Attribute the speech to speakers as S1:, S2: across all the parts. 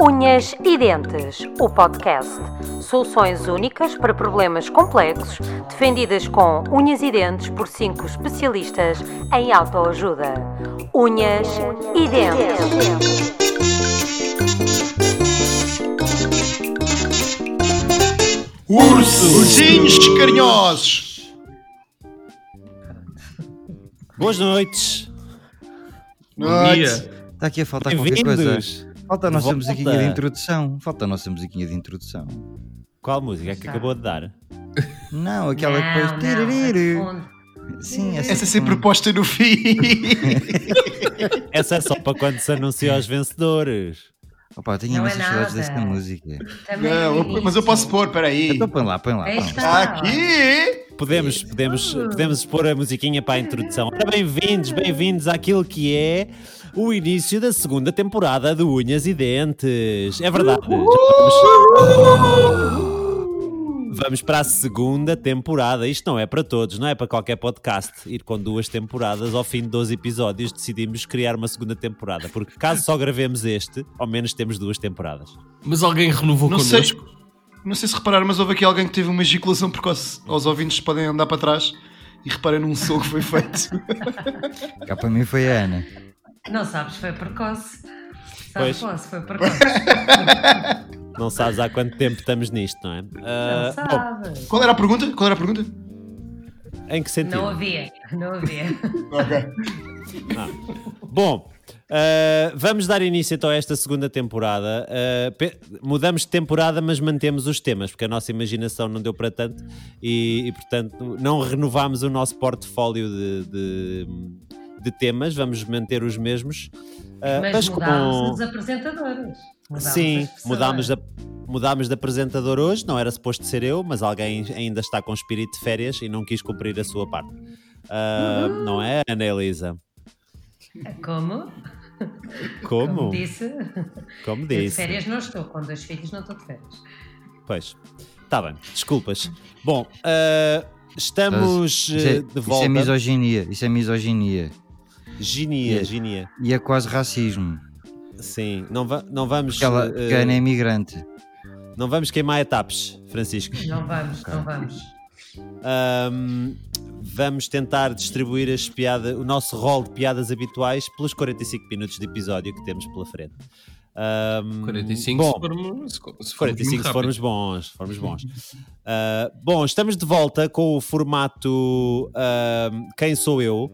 S1: Unhas e Dentes, o podcast. Soluções únicas para problemas complexos, defendidas com unhas e dentes por cinco especialistas em autoajuda. Unhas e Dentes.
S2: Urso! Ursinhos carinhosos!
S3: Boas noites.
S2: Noite.
S4: Está Tá aqui a faltar qualquer coisa.
S3: Bem-vindos.
S4: Falta a nossa
S3: Volta.
S4: musiquinha de introdução. Falta a nossa musiquinha de introdução.
S3: Qual música é que acabou de dar?
S4: Não, aquela que
S1: Não,
S4: depois.
S1: não, é
S4: Tiririru.
S1: fundo.
S4: Sim, essa,
S2: Essa é sempre proposta no fim.
S3: Essa é só para quando se anuncia aos vencedores.
S4: Opa, eu tinha
S1: Não é
S4: imensas saudades
S1: nada.
S4: dessa música.
S1: Também
S2: Não,
S1: vi
S5: é
S2: eu- mas eu
S1: isso.
S2: posso pôr, peraí.
S4: Então põe lá, põe lá.
S1: Aí
S4: põe lá.
S1: está.
S2: Está aqui!
S3: Podemos, podemos, podemos expor a musiquinha para a introdução. Ora, bem-vindos, bem-vindos àquilo que é o início da segunda temporada de Unhas e Dentes. É verdade. já Vamos, vamos para a segunda temporada. Isto não é para todos, não é para qualquer podcast. Ir com duas temporadas ao fim de 12 episódios, decidimos criar uma segunda temporada. Porque caso só gravemos este, ao menos temos duas temporadas.
S6: Mas alguém renovou
S2: Não sei,
S6: connosco?
S2: não sei se repararam, mas houve aqui alguém que teve uma ejaculação precoce. Aos ouvintes podem andar para trás e reparem num som que foi feito.
S4: Cá para mim foi a Ana.
S1: Não sabes, foi precoce.
S3: Pois.
S1: Sabes, Tá, posso, foi precoce.
S3: Não sabes há quanto tempo estamos nisto, não é?
S1: Não
S3: Ah,
S1: sabes.
S2: Qual era a pergunta? Qual era a pergunta?
S3: bom, em que sentido?
S1: Não havia, não havia.
S3: Bom, ah, vamos dar início então a esta segunda temporada. Ah, pe- mudamos de temporada, mas mantemos os temas, porque a nossa imaginação não deu para tanto e, e, portanto, não renovámos o nosso portfólio de, de- de temas, vamos manter os mesmos. Ah,
S1: Mas,
S3: mas
S1: mudámos
S3: com-
S1: os apresentadores. Mudámos
S3: Sim,
S1: as pessoas.
S3: mudámos de, mudámos de apresentador hoje, não era suposto ser eu, mas alguém ainda está com espírito de férias e não quis cumprir a sua parte. Ah,
S1: Uhum.
S3: Não é, Ana Elisa?
S1: É Como?
S3: Como?
S1: Como disse,
S3: Como
S1: eu de
S3: disse.
S1: férias não estou, com dois filhos não estou de férias.
S3: Pois. Está bem, desculpas. Bom, ah, estamos
S4: Isso é-
S3: eh, de
S4: Isso é
S3: volta.
S4: misoginia. Isso é misoginia.
S3: Ginia, Ginia.
S4: E é quase racismo.
S3: Sim, não, va- não vamos.
S4: Porque ela,
S3: eh,
S4: porque a Ana é imigrante.
S3: não vamos queimar etapas, Francisco.
S1: Não vamos, não vamos.
S3: Ahm, vamos tentar distribuir as piada, o nosso rol de piadas habituais pelos 45 minutos de episódio que temos pela frente. Ahm,
S6: 45
S3: bom,
S6: se formos, se formos
S3: 45 se
S6: muito
S3: formos bons, se formos bons. Ah, bom, estamos de volta com o formato ahm, Quem Sou Eu.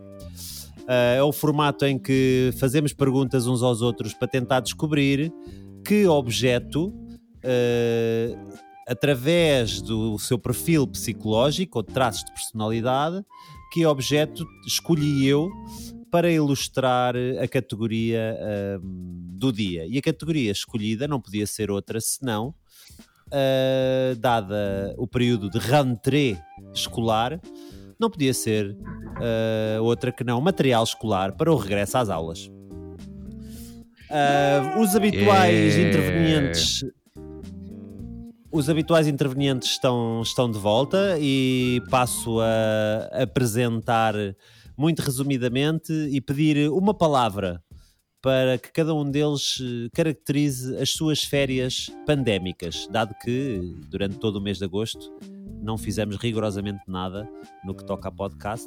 S3: Ah, é o formato em que fazemos perguntas uns aos outros para tentar descobrir que objeto, eh, através do seu perfil psicológico ou de traços de personalidade, que objeto escolhi eu para ilustrar a categoria eh, do dia. E a categoria escolhida não podia ser outra senão, eh, dada o período de rentrée escolar, não podia ser eh, outra que não material escolar para o regresso às aulas. Ah, os habituais
S4: Yeah.
S3: intervenientes. Os habituais intervenientes estão, estão de volta e passo a apresentar muito resumidamente e pedir uma palavra para que cada um deles eh, caracterize as suas férias pandémicas, dado que durante todo o mês de agosto não fizemos rigorosamente nada no que toca a podcast,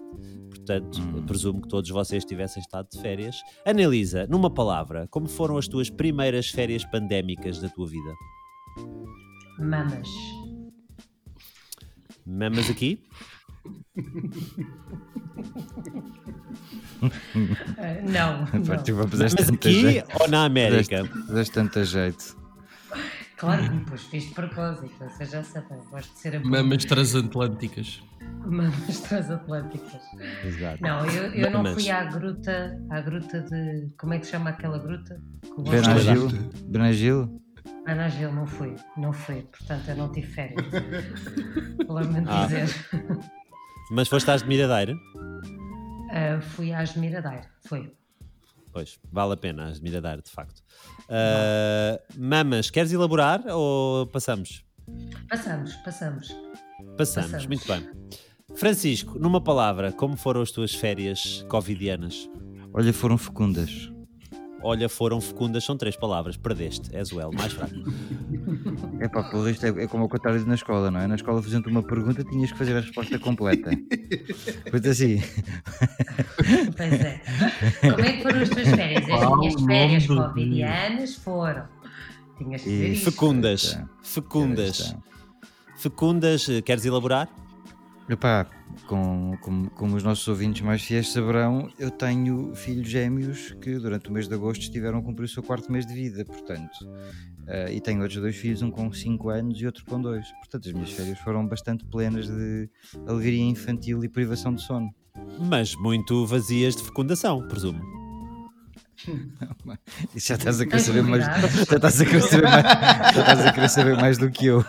S3: portanto,
S4: Hum.
S3: eu presumo que todos vocês tivessem estado de férias. Analisa, numa palavra, como foram as tuas primeiras férias pandémicas da tua vida?
S1: Mamas.
S3: Mamas aqui?
S1: Ah, não,
S3: Então,
S4: Pá,
S3: tipo-
S1: não.
S4: tu fizeste
S3: Mamas
S4: tanta
S3: aqui
S4: jeito.
S3: ou na
S4: Fizeste-
S3: América?
S4: Fizeste tanta jeito.
S1: Claro que me pus fiz de propósito, vocês já sabem, gosto de ser a
S6: Mamas transatlânticas.
S1: mamas transatlânticas.
S3: Exato.
S1: Não, eu, eu não
S3: Mamas.
S1: fui à gruta, à gruta de. Como é que se chama aquela gruta? Que o Gonçalo-
S4: Benagil? Benagil?
S1: Ana Gil, não fui, não fui, portanto eu não tive férias. Lamento
S3: Ah.
S1: dizer.
S3: Mas foste às de Miradeira?
S1: Ah, fui às Miradeira, foi.
S3: Pois, vale a pena as de Miradeira, de facto. Ah, mamas, queres elaborar ou passamos?
S1: Passamos, passamos.
S3: Passamos,
S1: Passamos.
S3: muito bem. Francisco, numa palavra, como foram as tuas férias covidianas?
S4: Olha, foram fecundas.
S3: Olha, foram fecundas, são três palavras, perdeste, és o L, mais fraco.
S4: É pá, pelo visto é, é como o que eu estava a dizer na escola, não é? Na escola faziam-te uma pergunta tinhas que fazer a resposta completa. Portanto, assim,
S5: Pois é. Como é que foram as tuas férias? As minhas férias
S6: Qual o nome do
S5: covidianas foram. Tinhas que dizer
S4: E
S5: isto.
S3: Fecundas,
S4: Então,
S3: fecundas,
S4: então.
S3: fecundas, eh, queres elaborar?
S4: Epá, com, com, como os nossos ouvintes mais fiéis saberão, eu tenho filhos gêmeos que durante o mês de agosto estiveram a cumprir o seu quarto mês de vida, portanto. eh, e tenho outros dois filhos, um com 5 anos e outro com 2. Portanto, as minhas férias foram bastante plenas de alegria infantil e privação de sono.
S3: Mas muito vazias de fecundação, presumo.
S4: Isso já estás a querer
S5: Tens
S4: saber mais.
S5: novidades?
S4: Já estás a querer saber mais, já estás a querer saber mais do que eu.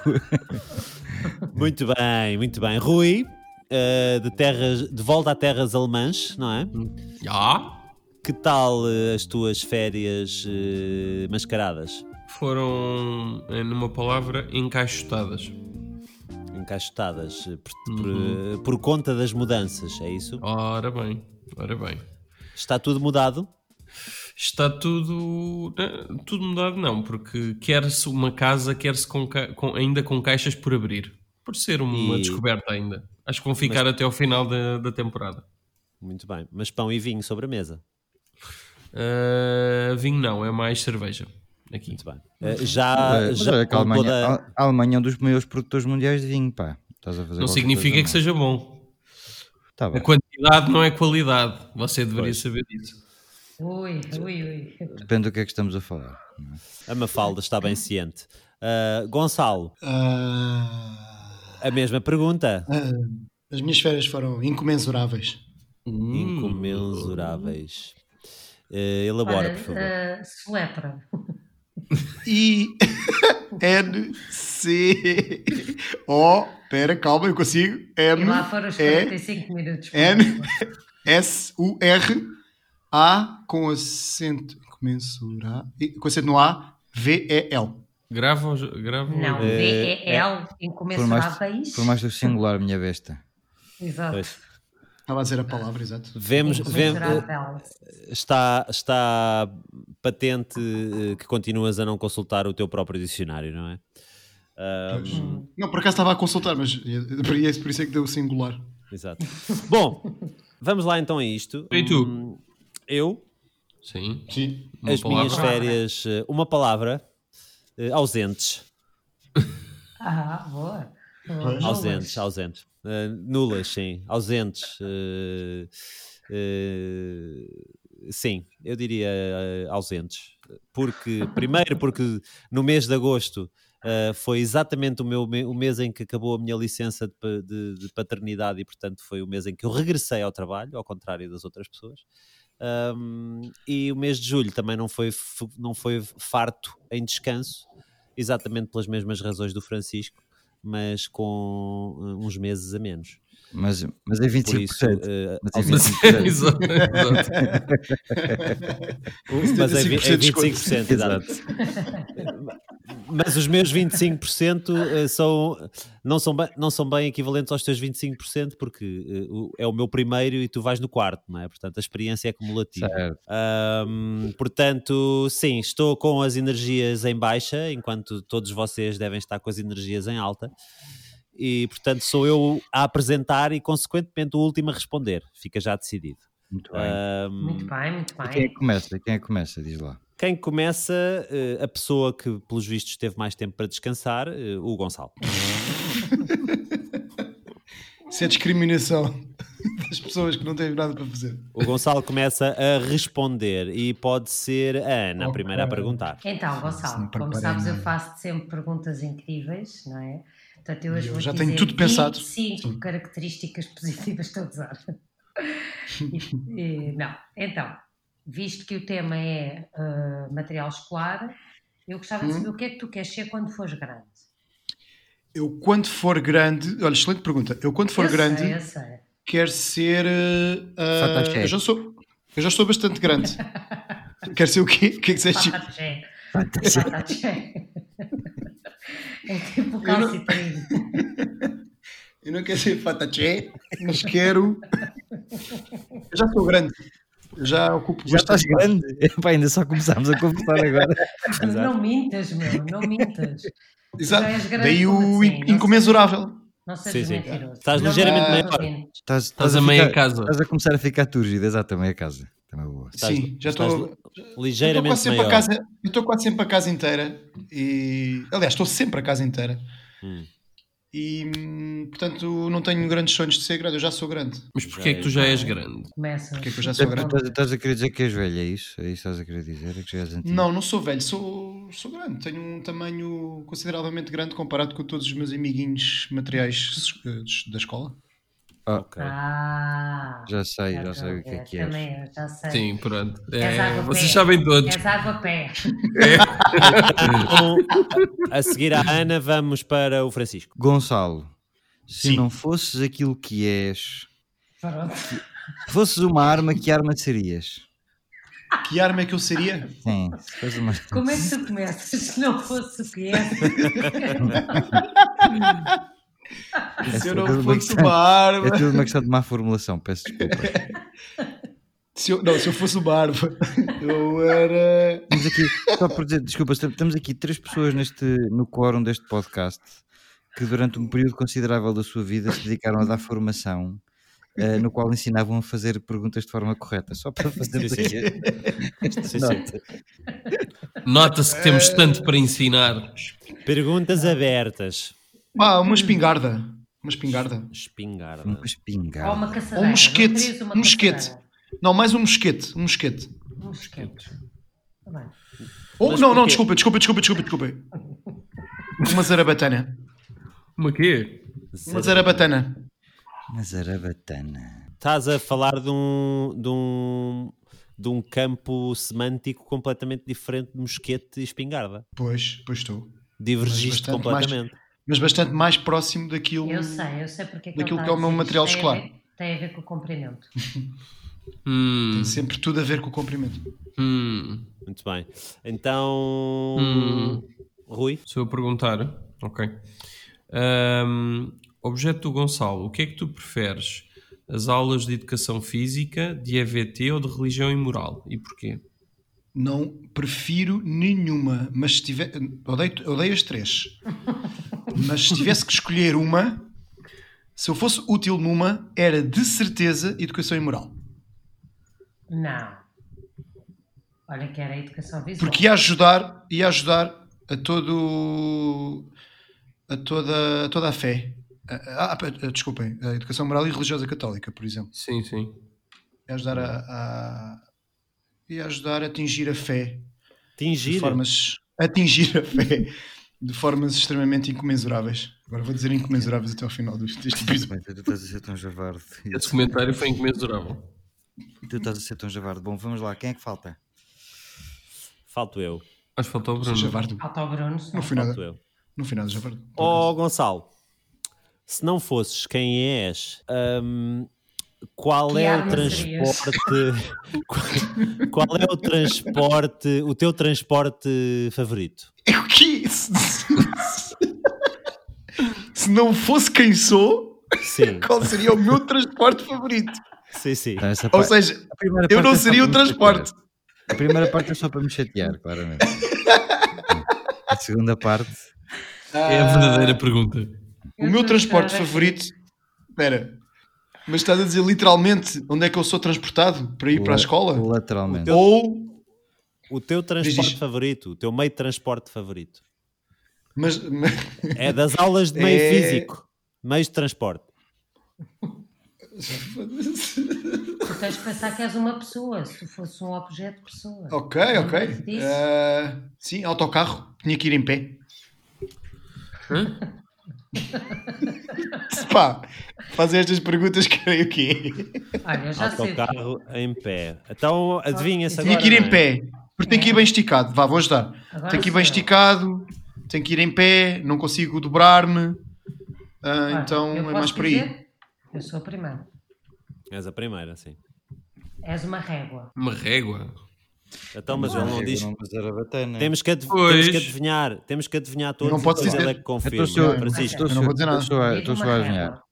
S3: Muito bem, muito bem. Rui, eh, de, terras, de volta a terras alemãs, não é?
S4: Hum.
S6: Já?
S3: Que tal eh, as tuas férias eh, mascaradas?
S6: Foram, eh, numa palavra, encaixotadas.
S3: Encaixotadas eh, por, por,
S4: Uhum.
S3: eh, por conta das mudanças, é
S4: Oh.
S3: isso?
S6: Ora bem, ora bem.
S3: Está tudo mudado?
S6: Está tudo. eh, Tudo mudado, não, porque quer-se uma casa, quer-se com ca- com- ainda com caixas por abrir. Por ser uma
S3: E-
S6: descoberta ainda. Acho que vão ficar até ao final da, da temporada.
S3: Muito bem. Mas pão e vinho sobre a mesa.
S6: Eh, vinho não, é mais cerveja. Aqui.
S3: Muito bem. Eh, já,
S4: Mas
S3: já
S4: É, olha que a
S3: com
S4: Alemanha,
S3: toda-
S4: a Alemanha é um dos maiores produtores mundiais de vinho, pá. Estás a fazer
S3: é
S6: Não
S4: qualquer
S6: significa
S4: coisa
S6: que seja bom.
S4: mal. Tá
S6: A
S4: bem.
S6: quantidade não é qualidade. Você deveria
S3: Pois.
S6: saber disso.
S5: Ui, ui, ui.
S4: Depende do que é que estamos a falar. não é?
S3: A Mafalda está bem ciente. Ah, Gonçalo,
S2: Ah,
S3: a mesma pergunta.
S6: Hum.
S2: as minhas férias foram incomensuráveis.
S6: Hum,
S3: Incomensuráveis. Eh, elabora,
S5: Ora,
S3: por favor.
S5: eh, solepra.
S2: I N C O Pera, calma, eu consigo.
S5: E
S2: M
S5: lá foram os
S2: E
S5: 45 minutos.
S2: N S U R A com acento comensurar com acento no A V E L.
S6: Grava, os- grava os-
S5: Não, V-E-L,
S4: Por mais,
S5: incomensuráveis.
S4: por mais do singular, minha besta.
S5: Exato.
S3: Pois.
S2: Estava a dizer a palavra, exato.
S3: Vemos, vem- eh,
S5: Incomensurável.
S3: está, está patente eh, que continuas a não consultar o teu próprio dicionário, não é? Ah,
S2: Pois. Não, por acaso estava a consultar, mas eh, por isso por isso é que deu o singular.
S3: exato. Bom, vamos lá então a isto.
S6: E tu?
S3: Hum, eu,
S6: Sim.
S2: Sim.
S6: Uma
S3: as minhas
S6: palavra.
S3: férias, eh, uma palavra, eh, ausentes.
S5: Ah, boa.
S2: Pois.
S3: Ausentes, ausentes. Eh, nulas, sim. Ausentes. eh, eh, sim, eu diria eh, ausentes. Porque, primeiro, porque no mês de agosto eh, foi exatamente o, meu, me- o mês em que acabou a minha licença de, pa- de- de paternidade e, portanto, foi o mês em que eu regressei ao trabalho, ao contrário das outras pessoas. Ahm, e o mês de julho também não foi, fu- não foi farto em descanso, exatamente pelas mesmas razões do Francisco mas com uh, uns meses a menos.
S4: Mas, mas é
S3: Por
S4: 25%.
S3: isso, uh,
S4: mas é
S3: ausentes.
S6: Mas,
S4: 25%.
S6: exato, exato.
S3: mas é, vi- é
S2: 75% de desconto.
S3: 25%, exato. mas os meus 25% eh, são, não, são bem, não são bem equivalentes aos teus 25%, porque eh, o- é o meu primeiro e tu vais no quarto, não é? Portanto, a experiência é cumulativa.
S4: Certo.
S3: Ahm, portanto, sim, estou com as energias em baixa, enquanto todos vocês devem estar com as energias em alta. E, portanto, sou eu a apresentar e, consequentemente, o último a responder. Fica já decidido.
S4: Muito bem.
S3: Ahm,
S5: Muito bem, muito
S4: E quem é que
S5: bem.
S4: começa? Quem é que começa? Diz lá.
S3: quem começa, eh, a pessoa que, pelos vistos, teve mais tempo para descansar, eh, o Gonçalo.
S2: Isso é discriminação das pessoas que não têm nada para fazer.
S3: O Gonçalo começa a responder e pode ser a Ana a primeira a perguntar.
S5: Então,
S2: Se me
S5: Gonçalo, como
S2: preparei
S5: sabes, eu
S2: nada.
S5: faço sempre perguntas incríveis, não é? Portanto, eu hoje
S2: Eu
S5: vou
S2: já
S5: te
S2: tenho
S5: dizer
S2: tudo pensado.
S5: 25 características positivas de usar. E- e, não, então, visto que o tema é ah, material escolar, eu gostava
S2: Hum?
S5: de saber o que é que tu queres ser quando fores grande.
S2: Eu, quando for grande, olha, excelente pergunta. Eu, quando for
S5: Eu sei,
S2: grande,
S5: eu sei.
S2: quero ser. eh, ah,
S4: Fatashé.
S2: eu, já sou, eu já sou bastante grande. quero ser o quê? O que é que disseste?
S5: Pataché. Pataché. É tipo calcitrino.
S2: Eu não quero ser Fatashé, mas quero. Eu já sou grande. já ocupo
S4: Já estás
S2: bastante espaço.
S4: grande. Epá, ainda só começámos a conversar agora.
S3: Exato.
S5: Não mintas, meu, não mintas.
S2: Exato.
S5: Já és grande,
S2: Daí
S5: como
S2: o
S5: assim?
S2: in- incomensurável.
S5: Não
S3: Sim,
S5: sejas
S3: sim.
S5: mentiroso.
S3: Estás
S5: Não é assim
S3: ligeiramente
S5: mintas,
S3: maior.
S5: menos.
S4: Estás,
S6: Estás a meia
S4: ficar-
S6: casa.
S4: Estás a começar a ficar túrgida, exato, a meia casa. Também é boa.
S3: Estás-
S2: Sim, já
S3: estás
S2: estou. Eu estou quase
S3: Ligeiramente
S2: sempre
S3: maior.
S2: a casa, eu estou quase sempre a casa inteira e aliás estou sempre a casa inteira
S3: Hum.
S2: e hum, portanto não tenho grandes sonhos de ser grande, eu já sou grande.
S6: Mas porquê é que tu já és grande?
S5: Começas.
S2: Porquê que eu já sou grande?
S4: Estás, estás a querer dizer que és velho, é isso? É isso que estás a querer dizer? É que já és antigo?
S2: Não, não sou velho, sou, sou grande, tenho um tamanho consideravelmente grande comparado com todos os meus amiguinhos materiais eh, des- da escola.
S4: Ah,
S2: é?
S3: Ok.
S5: Ah,
S4: Já sei, já
S5: estou a
S4: sei o que é
S5: ver,
S4: que és.
S5: Também, eu já sei.
S6: Sim, pronto.
S5: É. És
S6: É,
S5: água
S6: vocês
S5: pé.
S6: sabem todos.
S5: És água pé.
S3: Então, a seguir à Ana, vamos para o Francisco.
S4: Gonçalo, se
S2: Sim.
S4: não fosses aquilo que és,
S5: Pronto.
S4: fosses uma arma, que arma serias?
S2: Que arma é que eu seria?
S4: Sim, se fosses uma...
S5: Como é que tu começas se não fosse o que é?
S2: Se eu
S4: é tudo
S2: não
S4: uma
S2: fosse
S4: questão-
S2: uma
S4: É
S2: arma.
S4: tudo uma questão de má formulação, peço desculpa.
S2: Se eu, não, se eu fosse uma arma, eu era.
S4: Temos aqui, só por dizer, desculpa, temos aqui três pessoas neste, no quórum deste podcast que durante um período considerável da sua vida se dedicaram a dar formação eh, no qual ensinavam a fazer perguntas de forma correta, só para fazermos
S3: Sim, sim.
S4: aqui esta
S3: Sim,
S4: nota.
S3: sim.
S6: Nota-se que temos tanto para ensinar.
S3: Perguntas abertas.
S2: Ah, uma espingarda. Uma espingarda.
S3: Espingarda.
S4: Uma espingarda.
S5: Ou uma caçadeira.
S2: Ou um mosquete,
S5: Tá Não terias uma
S2: um mosquete.
S5: caçadeira.
S2: Não, mais um mosquete. Um mosquete.
S5: Um mosquete. Tá bem.
S2: Ou,
S3: Mas
S2: não, não, desculpa,
S3: porquê?
S2: desculpa, desculpa, desculpa, desculpa. Uma zarabatana.
S6: Uma quê?
S2: Uma zarabatana.
S4: Uma zarabatana.
S3: Estás a falar de um, de um de um campo semântico completamente diferente de mosquete e espingarda.
S2: Pois, pois estou.
S3: Divergiste
S2: Mas bastante mais-
S3: completamente.
S2: Mas bastante mais próximo daquilo.
S5: Eu sei, eu sei porque é que
S2: Daquilo
S5: ele
S2: que é o
S5: está a
S2: meu
S5: dizer
S2: material
S5: isto.
S2: escolar.
S5: Tem a ver- Tem a ver com o comprimento.
S6: Hum,
S2: Tem sempre tudo a ver com o comprimento.
S6: hum.
S3: Muito bem. Então,
S6: Hum.
S3: Rui,
S6: Se eu perguntar, ok. Ahm, objeto do Gonçalo, o que é que tu preferes? As aulas de educação física, de EVT ou de religião e moral? E porquê?
S2: Não prefiro nenhuma, mas se tiver. Odeio, odeio as três. Mas se tivesse que escolher uma, se eu fosse útil numa, era de certeza educação e moral.
S5: Não. Olha que era a educação visual.
S2: Porque ia ajudar, ia ajudar a todo a toda, a toda a fé. Ah, ah, ah, desculpem, a educação moral e religiosa católica, por exemplo.
S6: Sim, sim.
S2: Ia ajudar a, a- ia ajudar a atingir a fé de
S3: tingir.
S2: formas atingir a fé de formas extremamente incomensuráveis. Agora vou dizer incomensuráveis até ao final deste deste episódio.
S4: Bem, Tu estás a ser tão javarde.
S6: Esse comentário foi incomensurável.
S4: Tu estás a ser tão javarde. Bom, vamos lá, quem é que falta?
S3: Falto eu.
S6: Acho que faltou o
S2: Sou
S6: Bruno.
S2: Javardo.
S5: Falta o Bruno.
S2: Não fui
S3: Falto
S2: nada.
S3: eu.
S2: Não fui nada, Javardo.
S3: Oh, Gonçalo, se não fosses quem és, hum, qual
S5: Que
S3: é o
S5: arma serias?
S3: transporte? qual, qual é o transporte, o teu transporte favorito?
S2: Eu É que se, se não fosse quem sou,
S3: Sim,
S2: qual seria o meu transporte favorito?
S3: sim, sim.
S4: Então, essa
S2: Ou
S4: parte-
S2: seja,
S4: a primeira
S2: eu
S4: parte
S2: não
S4: é só
S2: seria o
S4: para me
S2: transporte.
S4: chatear. A primeira parte é só para me chatear, claramente. A segunda parte.
S6: É a verdadeira pergunta.
S2: O meu transporte favorito. Espera. Mas estás a dizer literalmente onde é que eu sou transportado para ir para a escola?
S4: Lateralmente.
S2: Ou.
S3: O teu transporte
S2: isto.
S3: favorito, o teu meio de transporte favorito.
S2: Mas, mas-
S3: É das aulas de meio
S2: É-
S3: físico, meios de transporte.
S5: Tu tens de pensar que és uma pessoa. Se tu fosse um objeto, pessoa.
S2: ok, ok. Ah, sim, autocarro. Tinha que ir em pé.
S6: Hã?
S2: Pá, fazer estas perguntas creio que é.
S5: Olha, eu já sei. o que é.
S3: Autocarro em pé. Então adivinha-se agora.
S2: Tinha que ir
S3: não
S2: em
S3: é?
S2: pé. Porque tem que ir bem esticado. Vá, vou ajudar.
S5: Agora
S2: Tem que ir bem
S5: sou eu.
S2: esticado. Tem que ir em pé. Não consigo dobrar-me. Ah,
S5: Olha,
S2: então
S5: eu
S2: é
S5: posso
S2: mais por aí.
S5: dizer? Eu sou a primeira.
S3: És a primeira, sim.
S5: És uma régua.
S6: Uma régua?
S3: Então, mas ele não diz.
S4: Temos
S3: Temos que, adiv-
S6: Pois.
S3: temos que adivinhar, temos que adivinhar todos.
S2: Não
S3: e
S2: posso
S3: depois
S2: dizer.
S3: Ele é que confirma.
S4: Então, se eu-
S3: Francisco,
S2: Eu não vou dizer nada.
S4: Estou só a-
S5: Diz
S4: estou
S5: uma
S4: só a
S5: régua.
S4: adivinhar.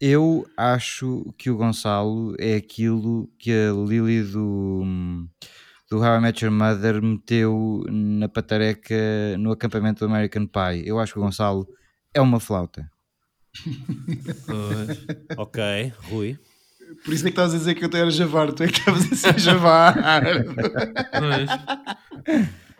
S4: Eu acho que o Gonçalo é aquilo que a Lily do, do How I Met Your Mother meteu na patareca no acampamento do American Pie. Eu acho que o Gonçalo é uma flauta.
S3: Ok, Rui.
S2: Por isso é que estavas a dizer que eu até era javar, tu é que estavas a ser javar.
S3: Eh,
S6: Pois. é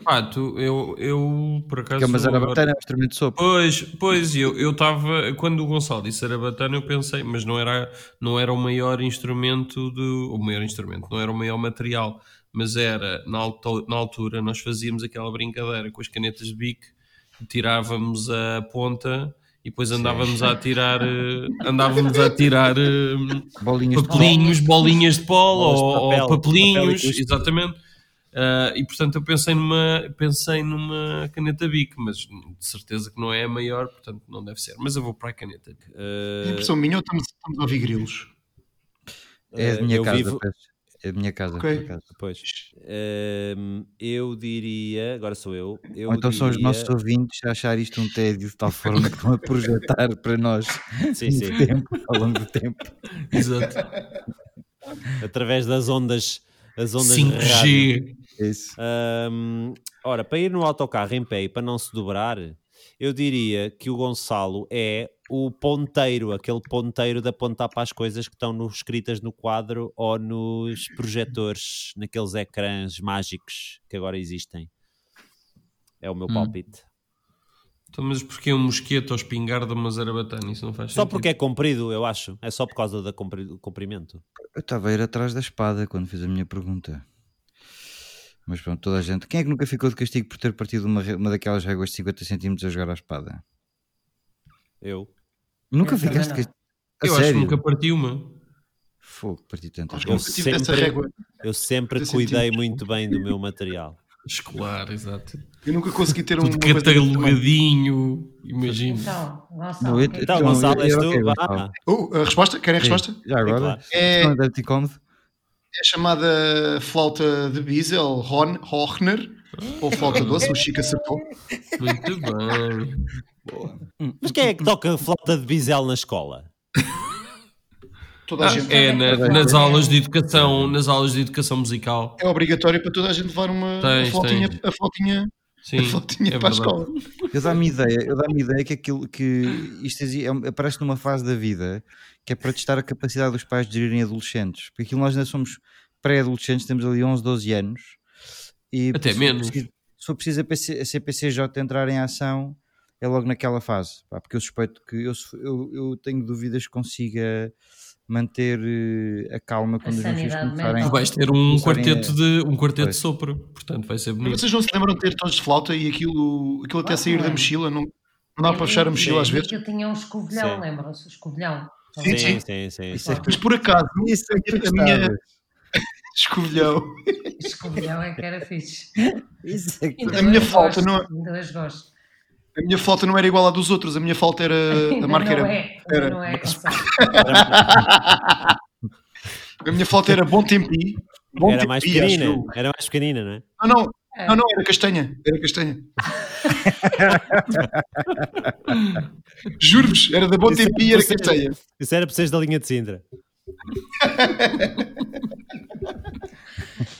S6: Pá, tu, eu, eu por acaso.
S4: Que é uma zarabatana,
S6: agora-
S4: é um instrumento de sopro.
S6: Pois, pois, eu eu estava. quando o Gonçalo disse zarabatana, eu pensei, mas não era, não era o maior instrumento do. O maior instrumento, não era o maior material, mas era, na, alto- na altura, nós fazíamos aquela brincadeira com as canetas de bico, tirávamos a ponta e depois andávamos a atirar. eh, Andávamos a atirar. eh,
S4: Bolinhas de pó.
S6: papelinhos, bolinhas de polo
S3: Bolas de
S6: ou,
S3: papel,
S6: ou papelinhos,
S3: papel e custo.
S6: exatamente. Ah, e portanto eu pensei numa, pensei numa caneta BIC, mas de certeza que não é a maior, portanto não deve ser. Mas eu vou para a caneta.
S2: É
S3: Eh,
S2: impressão minha ou estamos, estamos a ouvir grilos?
S4: É
S3: Eh,
S4: de minha
S3: eu
S4: casa,
S3: vivo-
S4: peço. É de minha casa,
S2: Ok.
S4: por acaso.
S3: Pois. Ehm, eu diria. Agora sou eu. eu
S4: Ou então são os
S3: diria-
S4: nossos ouvintes a achar isto um tédio de tal forma que estão a projetar para nós
S3: Sim, sim.
S4: no tempo, ao longo do tempo.
S6: Exato.
S3: Através das ondas. As ondas de é rádio.
S6: 5G.
S4: É isso.
S3: Ahm, ora, para ir no autocarro em pé e para não se dobrar, eu diria que o Gonçalo é o ponteiro, aquele ponteiro de apontar para as coisas que estão no- escritas no quadro ou nos projetores, naqueles ecrãs mágicos que agora existem. É o meu palpite.
S6: Então, mas porquê um mosquete ou espingarda uma zarabatana? Isso não faz
S3: Só
S6: sentido.
S3: porque é comprido, eu acho. É só por causa do compri- comprimento.
S4: Eu estava a ir atrás da espada quando fiz a minha pergunta. Mas pronto, toda a gente. Quem é que nunca ficou de castigo por ter partido uma, re- uma daquelas réguas de 50 centímetros a jogar à espada?
S3: Eu.
S4: Nunca
S5: Eu também
S4: ficaste de
S5: não.
S4: castigo. A
S6: Eu acho que
S4: sério?
S6: nunca parti uma.
S4: Fogo, parti tantas
S2: Acho que
S3: Eu
S2: eu
S4: vezes.
S2: nunca tive essa
S3: sempre-
S2: régua.
S3: Eu sempre
S2: Dois
S3: cuidei
S2: centímetros.
S3: muito bem do meu material.
S6: Escolar, exato.
S2: Eu nunca consegui ter um.
S6: Tudo catalogadinho, imagino.
S5: Então,
S4: Não,
S5: Gonçalo,
S4: eu-
S5: o que é que
S3: Então,
S4: Então,
S3: Gonçalo,
S4: eu-
S3: és
S4: eu-
S3: tu?
S4: ok,
S3: Vá.
S4: Gonçalo.
S2: Oh,
S6: Uh,
S2: a resposta? Querem a resposta?
S4: Sim, Já agora?
S2: É-
S4: Não, deve ter cômodo.
S2: É chamada flauta de Biesel, Horn, Hochner, ou flauta doce, o Chico acertou.
S6: Muito bem.
S3: Mas quem é que toca flauta de bisel na escola?
S2: Toda a
S6: Ah,
S2: gente.
S3: então,
S6: é, na- nas aulas de educação, nas aulas de educação musical.
S2: É obrigatório para toda a gente levar uma
S6: Tens,
S2: a flautinha,
S6: tens.
S2: a flautinha,
S6: Sim,
S2: a flautinha
S6: é
S2: para a
S6: verdade.
S2: escola.
S4: Eu dá-me ideia, eu dá-me ideia que aquilo que isto exi- é- aparece numa fase da vida que é para testar a capacidade dos pais de gerirem adolescentes, porque aquilo nós ainda somos pré-adolescentes, temos ali 11, 12 anos e
S6: Até
S4: se
S6: menos.
S4: for preciso- se for preciso a, PC, a CPCJ entrar em ação é logo naquela fase, pá, porque eu suspeito que eu, se- eu, eu tenho dúvidas que consiga manter eh, a calma quando os meus filhos
S5: sanidade
S4: começarem
S6: Tu
S5: mental.
S6: vais ter um
S4: começarem a-
S6: quarteto de, um quarteto de
S4: Pois.
S6: sopro, portanto vai ser bonito.
S2: Vocês não se lembram de ter todos de flauta e aquilo, aquilo até
S5: Ah,
S2: sair da
S5: claro.
S2: mochila? Não, não dá para fechar a mochila às
S5: Eu
S2: vezes?
S5: que Eu tinha um escovilhão,
S3: Sim.
S5: lembram-se? O escovilhão.
S2: Sim,
S3: Sim, sim, sim.
S4: Isso é
S5: Claro.
S2: Mas por acaso,
S4: Isso é que
S2: a minha
S4: gostava.
S2: escovilhão,
S5: Escovilhão é que era fixe.
S4: Isso é que
S5: Ainda
S2: A minha
S5: hoje
S2: flauta
S5: gosto,
S2: não-
S5: Ainda hoje gosto.
S2: a minha flauta não era igual à dos outros, a minha flauta era.
S5: Ainda
S2: A marca
S5: não
S2: era.
S5: é, ainda
S2: era-
S5: não é, Gonçalo.
S2: A minha flauta era bom tempi. Bom
S3: Era mais
S2: tempi, acho
S3: pequenina,
S2: eu.
S3: era mais pequenina, não é?
S2: Não, Ah, não, não, não, era castanha. Era castanha. Juro-vos, era da bom
S3: Isso é
S2: tempi e era
S3: possível.
S2: castanha.
S3: Isso era para vocês da linha de Sintra.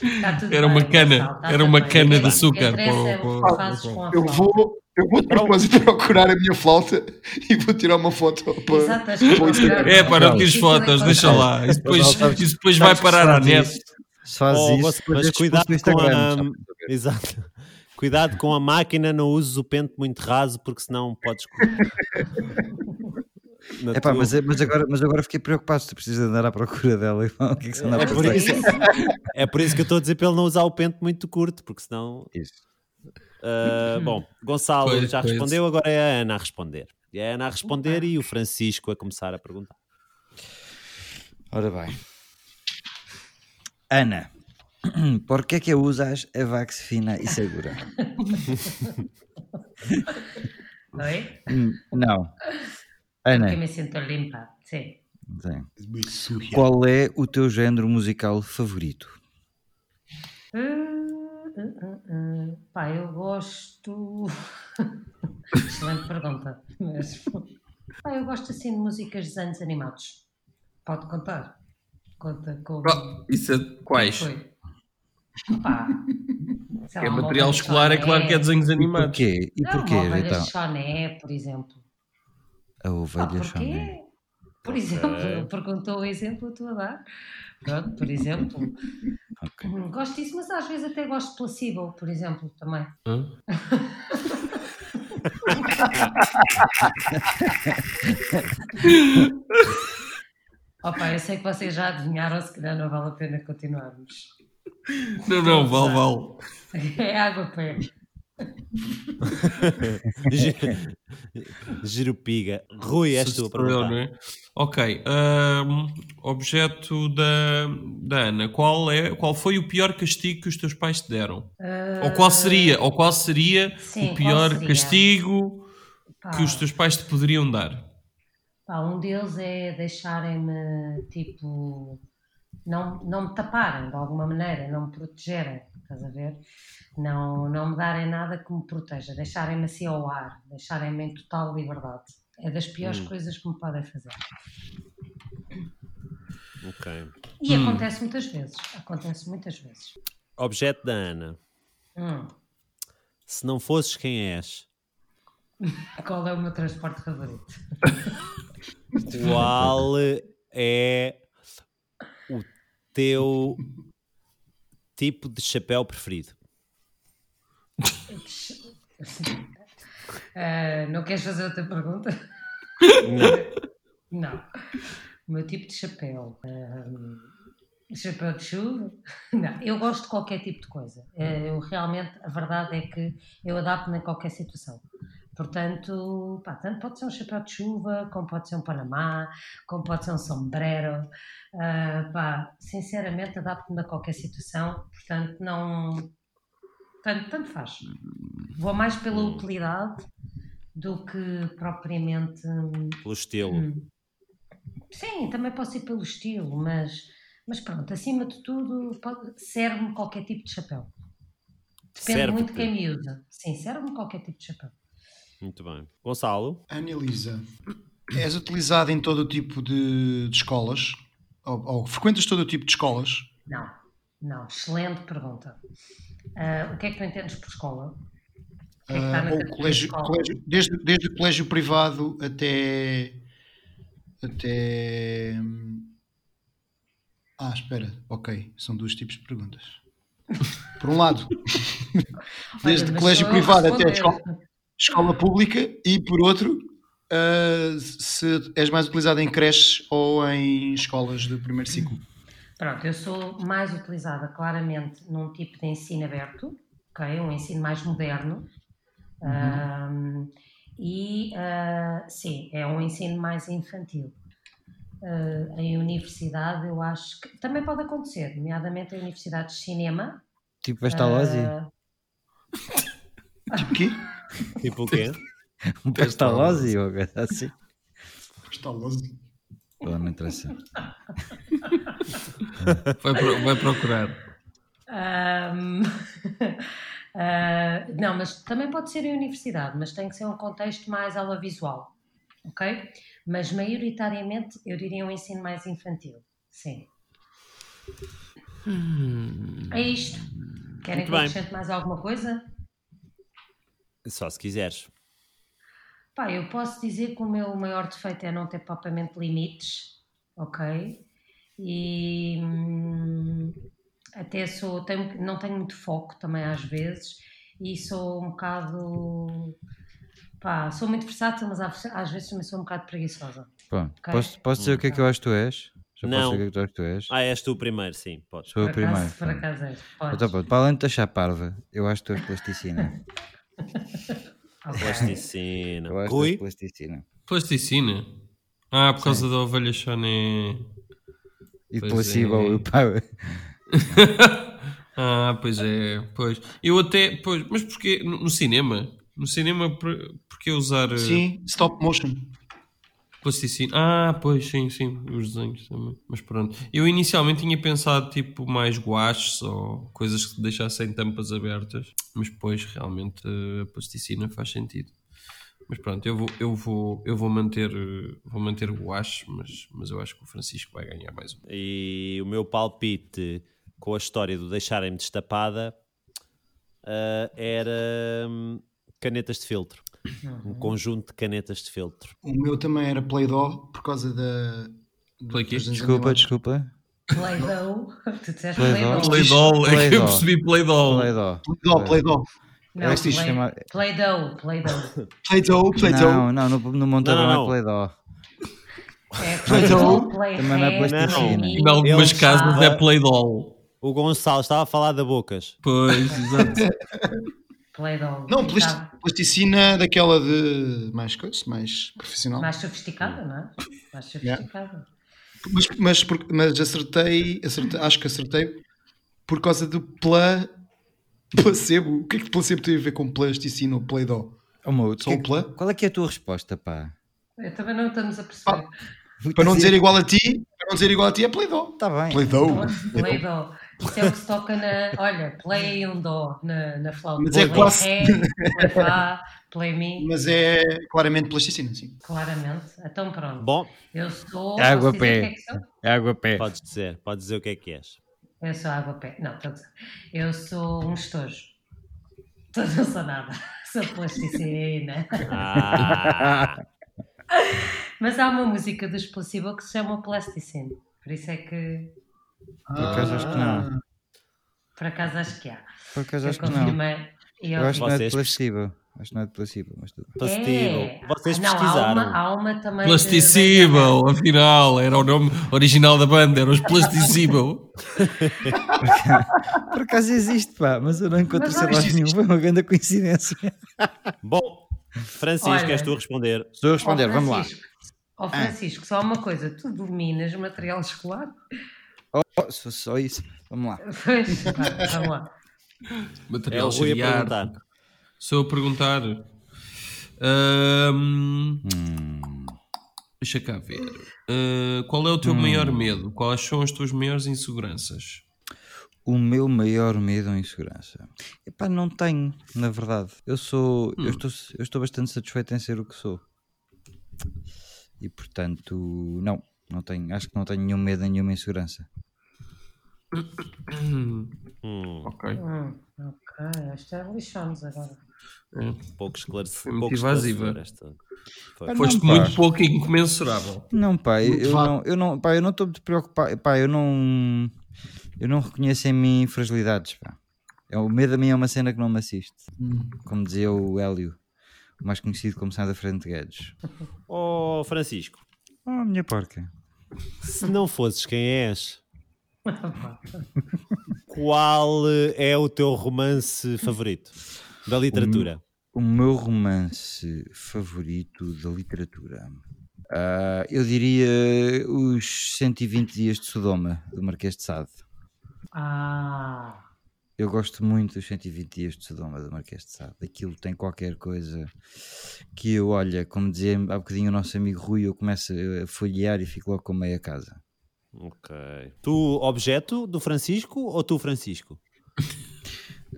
S5: Está tudo
S6: Era
S5: bem,
S6: uma cana,
S5: Gonçalo, está
S6: era
S5: tudo
S6: uma
S5: bem.
S6: cana de
S5: O que
S6: açúcar.
S5: interessa é o que
S6: Pô,
S5: fazes
S6: pô,
S5: com a
S2: Eu
S3: Ah.
S5: flauta.
S2: vou, eu vou de propósito procurar a minha flauta e vou tirar uma foto para.
S5: Exato, acho que
S2: Pois é.
S5: procurar.
S6: É, pá, não tires
S5: Isso
S6: fotos,
S5: é
S6: deixa
S5: encontrar.
S6: lá. Isso depois,
S4: sabes-
S6: isso depois vai
S4: sabes que
S6: parar à
S4: se faz
S6: net.
S4: isso. Se faz
S3: Oh,
S4: isso,
S3: você-
S4: depois
S3: mas
S4: é expulso
S3: cuidado
S4: do
S3: com
S4: Instagram,
S3: a-
S4: sabe?
S3: Exato. Cuidado com a máquina, não uses o pente muito raso, porque senão podes. Na
S4: Epá,
S3: tua-
S4: É mas, mas agora, mas agora fiquei preocupado se tu precisas andar à procura dela. Igual. O que é que se anda a
S3: é, por
S4: procurar?
S3: isso, é por isso que eu estou a dizer para ele não usar o pente muito curto, porque senão. Ah, bom, Gonçalo
S6: Pois,
S3: já
S6: pois.
S3: respondeu, agora é a Ana a responder. É a Ana a responder e o Francisco a começar a perguntar.
S4: Ora bem. Ana, por que é que usas a Vax fina e segura?
S5: Oi?
S4: Hum, Não.
S5: é?
S2: é.
S5: Porque
S4: Ana,
S5: me sinto limpa. Sim.
S4: sim. qual é o teu género musical favorito?
S5: Hum, hum, hum, hum. Pá, eu gosto. Excelente pergunta. Mas... Ah, eu gosto assim de músicas de desenhos animados. Pode contar. Conta com.
S6: Pronto, Isso é quais?
S5: Foi. Opa, sei lá,
S6: É
S5: uma
S6: material
S5: ovelha
S6: escolar, é claro que é
S5: choné.
S6: desenhos animados.
S4: Porquê? E
S5: Não,
S4: porquê,
S5: uma ovelha
S4: então?
S5: choné, por exemplo.
S4: A
S5: Ah,
S4: ovelha choné.
S5: porquê? Por exemplo, perguntou o exemplo, eu estou a dar. Pronto, por exemplo.
S4: Ok.
S5: Hum, Gosto disso, mas às vezes até gosto de placebo, por exemplo, também.
S6: Hã?
S5: Opa, eu sei que vocês já adivinharam, se calhar não vale a pena continuarmos.
S6: Não, não, vale, vale.
S5: É água pé.
S3: Gi- Girupiga. Rui, és
S6: Sou
S3: tu a
S6: eu,
S3: perguntar.
S6: é não é? Ok. hum, objeto da, da Ana. Qual, é, qual foi o pior castigo que os teus pais te deram? Ou qual seria, ou qual seria
S5: Sim,
S6: o
S5: qual
S6: pior
S5: seria? Ah.
S6: castigo
S5: Pá,
S6: que os teus pais te poderiam dar?
S5: pá, um deles é deixarem-me, tipo, não, não me taparem de alguma maneira, não me protegerem, estás a ver? Não, não me darem nada que me proteja, deixarem-me assim ao ar, deixarem-me em total liberdade. É das piores coisas que me podem fazer.
S3: Ok.
S5: E
S6: Hum.
S5: acontece muitas vezes. Acontece muitas vezes.
S3: Objeto da Ana.
S5: Hum.
S3: Se não fosses quem és,
S5: Qual é o meu transporte favorito?
S3: qual é o teu tipo de chapéu preferido?
S5: Ah, não queres fazer outra pergunta? Não. O meu tipo de chapéu. ah, chapéu de chuva? Não. Eu gosto de qualquer tipo de coisa. Ah, eu realmente, a verdade é que eu adapto-me a qualquer situação. Portanto, pá, tanto pode ser um chapéu de chuva, como pode ser um Panamá, como pode ser um sombrero. Ah, pá, sinceramente, adapto-me a qualquer situação. Portanto, não. Tanto, tanto faz. Vou mais pela utilidade do que propriamente. hum,
S3: Pelo estilo.
S5: Hum. Sim, também posso ir pelo estilo, mas, mas pronto, acima de tudo, pode- serve-me qualquer tipo de chapéu. Depende
S3: Serve-te.
S5: muito de quem me usa. Sim, serve-me qualquer tipo de chapéu.
S3: Muito bem. Gonçalo,
S2: Ana Elisa, és utilizada em todo o tipo de, de escolas? Ou, ou frequentas todo o tipo de escolas?
S5: Não, não, excelente pergunta. Ah, o que é que tu entendes por escola? O que é que está
S2: Ah,
S5: na
S2: ou
S5: categoria
S2: colégio,
S5: escola?
S2: colégio- desde, desde o colégio privado até. Até. hum, Ah, espera, ok. São dois tipos de perguntas. Por um lado, desde
S5: mas
S2: colégio
S5: sou eu a
S2: privado até a
S5: responder.
S2: escola, escola pública, e por outro, ah, se és mais utilizada em creches ou em escolas de primeiro ciclo.
S5: Pronto, eu sou mais utilizada claramente num tipo de ensino aberto, ok? Um ensino mais moderno. Ahm, e ah, sim, é um ensino mais infantil. Ah, em universidade, eu acho que também pode acontecer, nomeadamente em universidades de cinema.
S4: Tipo Pestalozzi?
S5: Ah,
S2: Tipo quê?
S3: tipo o quê?
S4: Um Pestalozzi ou coisa assim?
S2: Estaloso.
S4: Bom, não interessa.
S6: Vai, pro- vai procurar.
S5: Ahm, ah, não, mas também pode ser em universidade, mas tem que ser um contexto mais aula visual, ok? Mas maioritariamente eu diria um ensino mais infantil, sim. É isto.
S3: Hum. Muito
S5: Querem
S3: bem.
S5: que eu acrescente mais alguma coisa?
S3: Só se quiseres.
S5: Pá, eu posso dizer que o meu maior defeito é não ter propriamente limites, ok? E hum, até sou, tenho- não tenho muito foco também às vezes e sou um bocado, pá, sou muito versátil, mas às, às vezes também sou um bocado preguiçosa.
S4: Bom,
S5: Ok.
S4: posso, posso dizer o que é que eu acho que tu és? Já
S3: Não.
S4: posso dizer o que é que tu és?
S3: Ah, és tu o primeiro, sim, podes.
S4: Sou o
S5: Por acaso,
S4: primeiro.
S5: por acaso é. és, podes.
S4: Então, pronto, para além de te achar parva, eu acho que tu és plasticina.
S5: Ok.
S3: Plasticina.
S4: Eu acho que tu és
S3: Rui,
S4: plasticina.
S6: Plasticina. Ah, por causa da ovelha choné.
S4: E
S6: Pois
S4: placebo,
S6: é.
S4: eu pá,
S6: Ah, pois é, pois. Eu até, pois, mas porquê? No no cinema? No cinema, por- porquê usar eh,
S2: Sim, stop motion.
S6: plasticina? Ah, pois, sim, sim, os desenhos também. Mas pronto. Eu inicialmente tinha pensado, tipo, mais guaches ou coisas que deixassem tampas abertas, mas depois realmente eh, a plasticina faz sentido. Mas pronto, eu vou, eu vou, eu vou manter, eh, vou manter o guache, mas, mas eu acho que o Francisco vai ganhar mais um.
S3: E o meu palpite com a história do deixarem-me destapada ah, era hum, canetas de filtro. Um
S5: Uhum.
S3: conjunto de canetas de filtro.
S2: O meu também era Play Doh por causa da.
S6: Play quê?
S4: Desculpa, desculpa.
S5: Play-Doh. Tu disseste
S4: Play-Doh.
S5: Play-Doh.
S6: Playdol,
S4: Play-
S6: é que eu
S4: Playdol.
S6: percebi Playdol.
S4: Play Doh.
S2: Play-Doh, Play-Doh.
S5: Não,
S4: é que se
S5: Play-
S4: chama-
S5: Play-Doh, Play-Doh.
S2: Play-Doh, Play-Doh.
S4: Não, Então, não, no, no Montador
S3: Não,
S4: não,
S3: não.
S4: é Play Doh.
S5: É
S2: Play-Doh.
S5: Play-Doh,
S4: Também não é
S5: Play-Ré,
S4: plasticina.
S5: Play-Ni.
S6: Em algumas
S3: Ele
S6: casas
S3: estava-
S6: é Playdol.
S3: O Gonçalo estava a falar da bocas.
S6: Pois, exato.
S5: Play-Doh.
S2: Não,
S5: Fica
S2: plasti- plasticina daquela de mais coisa, mais profissional.
S5: Mais sofisticada, não é? Mais
S2: Yeah.
S5: sofisticada.
S2: Mas, mas, por- mas acertei, acertei- acho que acertei por causa do pla, placebo. O que é que placebo tem a ver com plasticina ou Play-Doh?
S4: Oh, meu, tu
S2: Só
S4: que-
S2: o play?
S4: Qual é que é a tua resposta, pá?
S5: Eu também não estamos a perceber.
S2: Para não
S4: é-
S2: dizer igual a ti, para não dizer igual a ti é Play-Doh.
S4: Está tá bem.
S2: Play-Doh.
S5: Play-Doh. Isso é o que se toca na. Olha, play e um dó na, na flauta.
S2: Mas é
S5: play
S2: quase-
S5: Ré, play Fá, play Mi,
S2: Mas é claramente plasticina, sim.
S5: claramente. Então pronto.
S3: Bom,
S5: eu sou.
S4: Água
S5: posso dizer
S4: pé.
S5: o que é que sou?
S4: É água a pé.
S3: podes dizer, podes dizer o que é que és.
S5: Eu sou água pé. Não, estou a dizer. Eu sou um estojo. Então não sou nada. Sou plasticina.
S3: Ah,
S5: Mas há uma música dos Placebo que se chama Plasticine. Por isso é que.
S4: Por acaso acho que não.
S5: Por acaso acho que há.
S4: Por acaso
S5: Eu
S4: acho que não.
S5: confirmei. E
S4: Eu acho que não é de
S3: Vocês-
S4: placebo. Acho que não é de placebo, mas tudo. bem.
S3: positivo.
S5: É.
S3: Vocês
S5: Não, Há
S3: pesquisaram.
S5: uma, há uma também. de-
S3: é
S6: Plasticível, afinal, era o nome original da banda, era os Plasticível.
S4: Por acaso existe, pá, mas eu não encontro
S5: Mas
S4: sem
S5: olha,
S4: lado nenhum. Foi uma grande coincidência.
S3: Bom, Francisco,
S5: Olha.
S3: queres tu responder?
S4: Estou a
S5: Ó,
S4: responder, vamos lá. Ah.
S5: Francisco, Ó Francisco, só uma coisa, tu dominas o material escolar?
S4: Oh, se fosse só isso, vamos lá.
S5: Pois, vá, vamos lá.
S3: É
S6: Material
S3: o Rui a
S6: seriado.
S3: perguntar.
S6: Sou eu a perguntar. Ahm, Hum. Deixa cá ver. Ah, qual é o teu maior medo? Quais são as tuas maiores inseguranças?
S4: O meu maior medo ou insegurança? Epá, não tenho, na verdade. Eu sou, eu estou, eu estou bastante satisfeito em ser o que sou. E portanto, não, não tenho, acho que não tenho nenhum medo, nem nenhuma insegurança.
S3: Hum,
S6: Ok.
S5: Hum, ok, esta é lixamos agora.
S6: É.
S3: pouco esclarecido.
S6: muito
S3: pouco
S6: invasiva.
S3: esclarecedor esta. Foi.
S4: Mas
S6: Foste
S4: não, pá.
S6: muito pouco incomensurável.
S4: Não, pá, eu,
S2: Muito
S4: eu
S2: vago.
S4: não, eu não, pá, eu não estou muito preocupado, pá, eu não, eu não reconheço em mim fragilidades, pá. É, o medo a mim é uma cena que não me assiste. Como dizia o Hélio, o mais conhecido como Sá da Frente Guedes.
S3: Oh, Francisco,
S4: Oh, minha porca.
S3: se não fosses quem és,
S5: Opa,
S3: qual eh, é o teu romance favorito da literatura?
S4: O meu romance favorito da literatura. Ah, eu diria Os 120 Dias de Sodoma, do Marquês de Sade.
S5: Ah,
S4: Eu gosto muito dos 120 Dias de Sodoma, do Marquês de Sade. Aquilo tem qualquer coisa que eu, olha, como dizia há bocadinho o nosso amigo Rui, eu começo a folhear e fico logo com meia casa.
S3: Ok. Tu, objeto do Francisco ou tu, Francisco?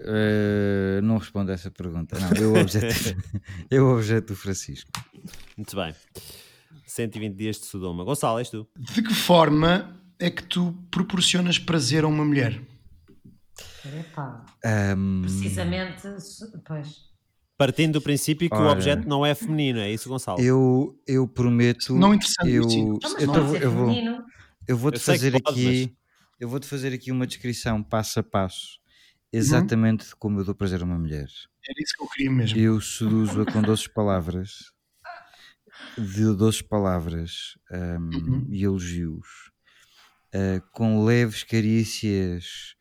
S4: Ah, não respondo a essa pergunta. Não, eu objeto, eu objeto do Francisco.
S3: Muito bem. 120 dias de Sodoma. Gonçalo, és tu?
S2: De que forma é que tu proporcionas prazer a uma mulher?
S5: epá.
S4: Ahm,
S5: Precisamente, se- pois.
S3: Partindo do princípio que o
S4: Ora.
S3: objeto não é feminino, é isso, Gonçalo?
S4: eu, eu prometo.
S2: Não interessante,
S4: eu,
S2: sim.
S5: Não, mas
S4: eu,
S5: pode
S4: tô-
S5: ser
S4: eu vou,
S5: feminino.
S4: eu vou te
S3: Eu sei que
S4: fazer
S3: pode,
S4: aqui, eu vou te fazer aqui uma descrição passo a passo, exatamente de como eu dou prazer a uma mulher.
S2: Era isso É que eu queria mesmo.
S4: Eu seduzo-a com doces palavras, de doces palavras hum, e elogios, ah, com leves carícias,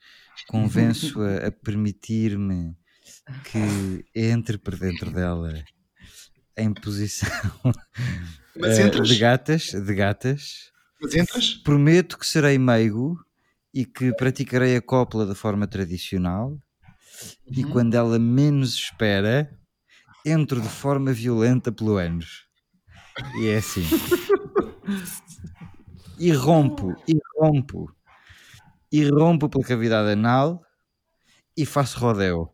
S4: convenço-a a permitir-me que entre por dentro dela em posição
S2: Mas
S4: ah,
S2: entras?
S4: de gatas, de gatas.
S2: Mas entras?
S4: Prometo que serei meigo e que praticarei a cópula da forma tradicional. E quando ela menos espera, entro de forma violenta pelo ânus. E é assim. e rompo, e rompo, e rompo pela cavidade anal e faço rodeo.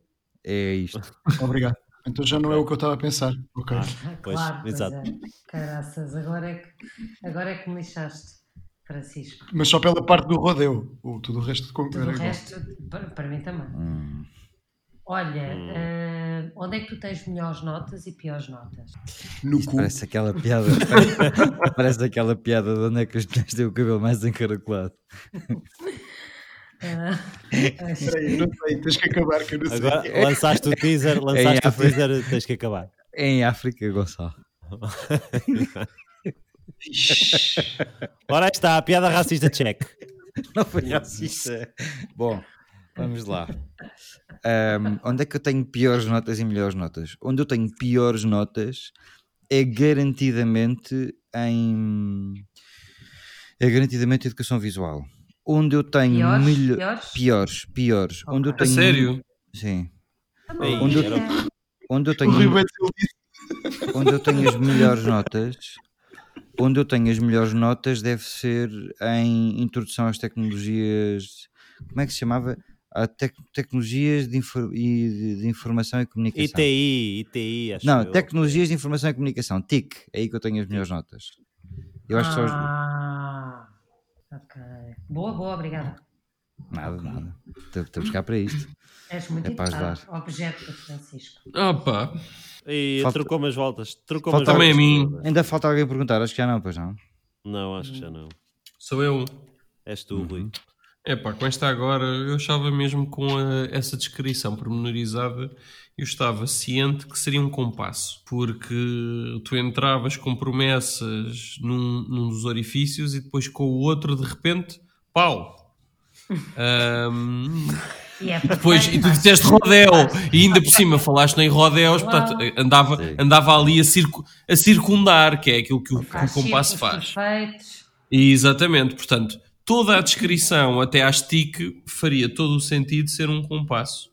S4: É isto.
S2: Obrigado. Então já não é o que eu estava a pensar. Ok.
S5: Ah,
S3: Pois,
S5: claro, pois
S3: exato.
S5: é. Caraças, agora é, que, agora é que me lixaste, Francisco.
S2: Mas só pela parte do rodeo. O, tudo o resto de com-
S5: Tudo
S2: era
S5: o
S2: igual.
S5: resto, para, para mim também. Olha,
S3: Hum.
S5: ah, onde é que tu tens melhores notas e piores notas?
S2: No
S4: Isto
S2: cu.
S4: parece aquela piada. parece aquela piada de onde é que as mulheres têm o cabelo mais encaracolado.
S2: Peraí, não sei, tens que acabar, que eu não sei.
S3: Agora lançaste o teaser, lançaste o teaser, tens que acabar.
S4: É Em África, Gonçalo.
S3: Ora aí está, a piada racista check.
S4: Não foi racista. Bom, vamos lá. Ahm, onde é que eu tenho piores notas e melhores notas? Onde eu tenho piores notas é garantidamente em. É garantidamente educação visual. Onde eu tenho
S5: Piores?
S4: melho-
S5: Piores?
S4: piores, piores. Onde eu
S6: A
S4: tenho
S6: sério?
S4: Sim.
S3: Ei,
S4: Onde eu-
S3: era o-
S4: Onde eu
S2: O
S4: tenho um-
S2: Ribeiro disse
S4: onde eu tenho as melhores notas, onde eu tenho as melhores notas deve ser em introdução às tecnologias, como é que se chamava? A tec- tecnologias de, infor- e de- de informação e comunicação.
S3: ITI, ITI, acho
S4: Não,
S3: eu.
S4: tecnologias de informação e comunicação, TIC, é aí que eu tenho as melhores notas. Eu acho que são as...
S5: Ah, ok. Boa, boa, obrigada.
S4: Nada, nada. Estamos cá para isto.
S5: És muito
S4: É para
S5: interessante. Objeto, Francisco.
S6: Ah pá,
S3: E
S4: Falta-
S3: trocou-me as voltas. Trocou-me as
S4: Falta-
S6: também a
S3: voltas.
S6: mim.
S3: todas.
S4: Ainda falta alguém perguntar, acho que já não, pois não.
S3: Não, acho que já não.
S6: Sou eu.
S3: És tu, Rui.
S6: É pá, com esta agora, eu estava mesmo com a- essa descrição pormenorizada, eu estava ciente que seria um compasso, porque tu entravas com promessas num, num dos orifícios e depois com o outro, de repente, pau! Ahm,
S5: E é para
S6: Pois, e tu disseste rodel, e ainda por cima falaste em rodéus, portanto, andava, andava ali a, circu- a circundar, que é aquilo que o, que o compasso faz.
S5: Perfeitos.
S6: E exatamente, portanto, toda a descrição até às TIC faria todo o sentido ser um compasso.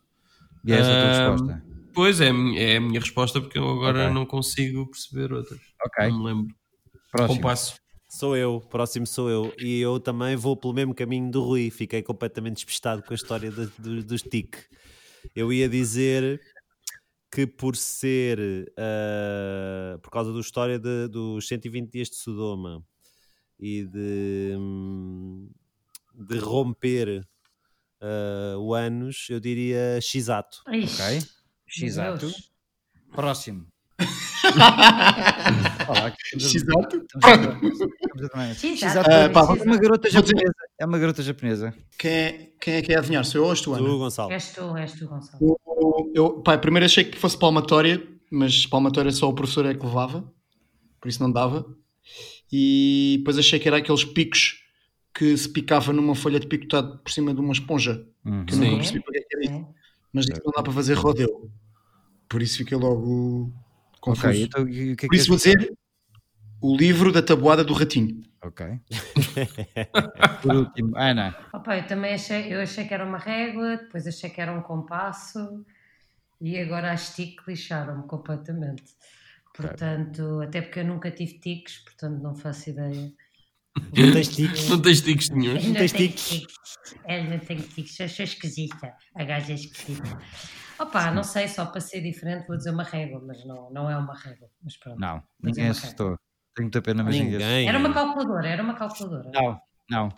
S4: E é essa a
S3: Ah,
S6: Ahm,
S4: tua resposta.
S6: Pois é, a mi- é a minha resposta, porque eu agora
S4: Ok.
S6: não consigo perceber outras.
S4: Ok,
S3: um
S6: Não me lembro.
S4: próximo.
S6: Compasso.
S3: Sou eu, próximo sou eu. E eu também vou pelo mesmo caminho do Rui. Fiquei completamente despistado com a história do, do, dos TIC. Eu ia dizer que por ser ah, por causa da história de- dos 120 dias de Sodoma e de, hum, de romper ah, o anos, eu diria Xato.
S4: Ok. X-ato. Próximo. Olá, que estamos a-
S2: X-ato.
S5: X-ato.
S2: Ah, pá,
S4: É uma garota
S2: Vou dizer-
S4: japonesa. É uma garota japonesa.
S2: Quem é, quem é que é a adivinhar? Sou eu ou és tu, Ana?
S3: Tu, Gonçalo.
S5: És tu, és tu, Gonçalo.
S2: Eu, eu- pá, primeiro achei que fosse palmatória, mas palmatória só o professor é que levava, por isso não dava. E depois achei que era aqueles picos que se picava numa folha de picotado por cima de uma esponja, que eu
S6: Sim.
S2: nunca percebi para que é que era isso.
S5: É.
S2: Mas isso não dá para fazer rodeu. Por isso fiquei logo confuso.
S4: Ok, então e o que é
S2: Por
S4: que
S2: isso vou dizer o livro da tabuada do ratinho.
S4: Ok. Por último, ah, Ana.
S5: Opa, eu também achei, eu achei que era uma régua, depois achei que era um compasso e agora as TIC lixaram-me completamente. Portanto, até porque eu nunca tive tiques, portanto não faço ideia.
S3: Não tens tiques?
S6: Não tens tiques nenhum.
S5: Ele não
S3: tens
S5: tem
S3: tiques?
S5: Ele não tem tiques, eu sou esquisita. A gaja é esquisita. Opa, não sei, só para ser diferente vou dizer uma régua, mas não, não é uma régua. Mas pronto.
S4: Não,
S5: Mas
S4: ninguém
S5: é ok.
S4: acertou. Tenho muita pena, mas ninguém.
S3: Ninguém.
S5: Era uma calculadora, era uma calculadora.
S4: Não, não.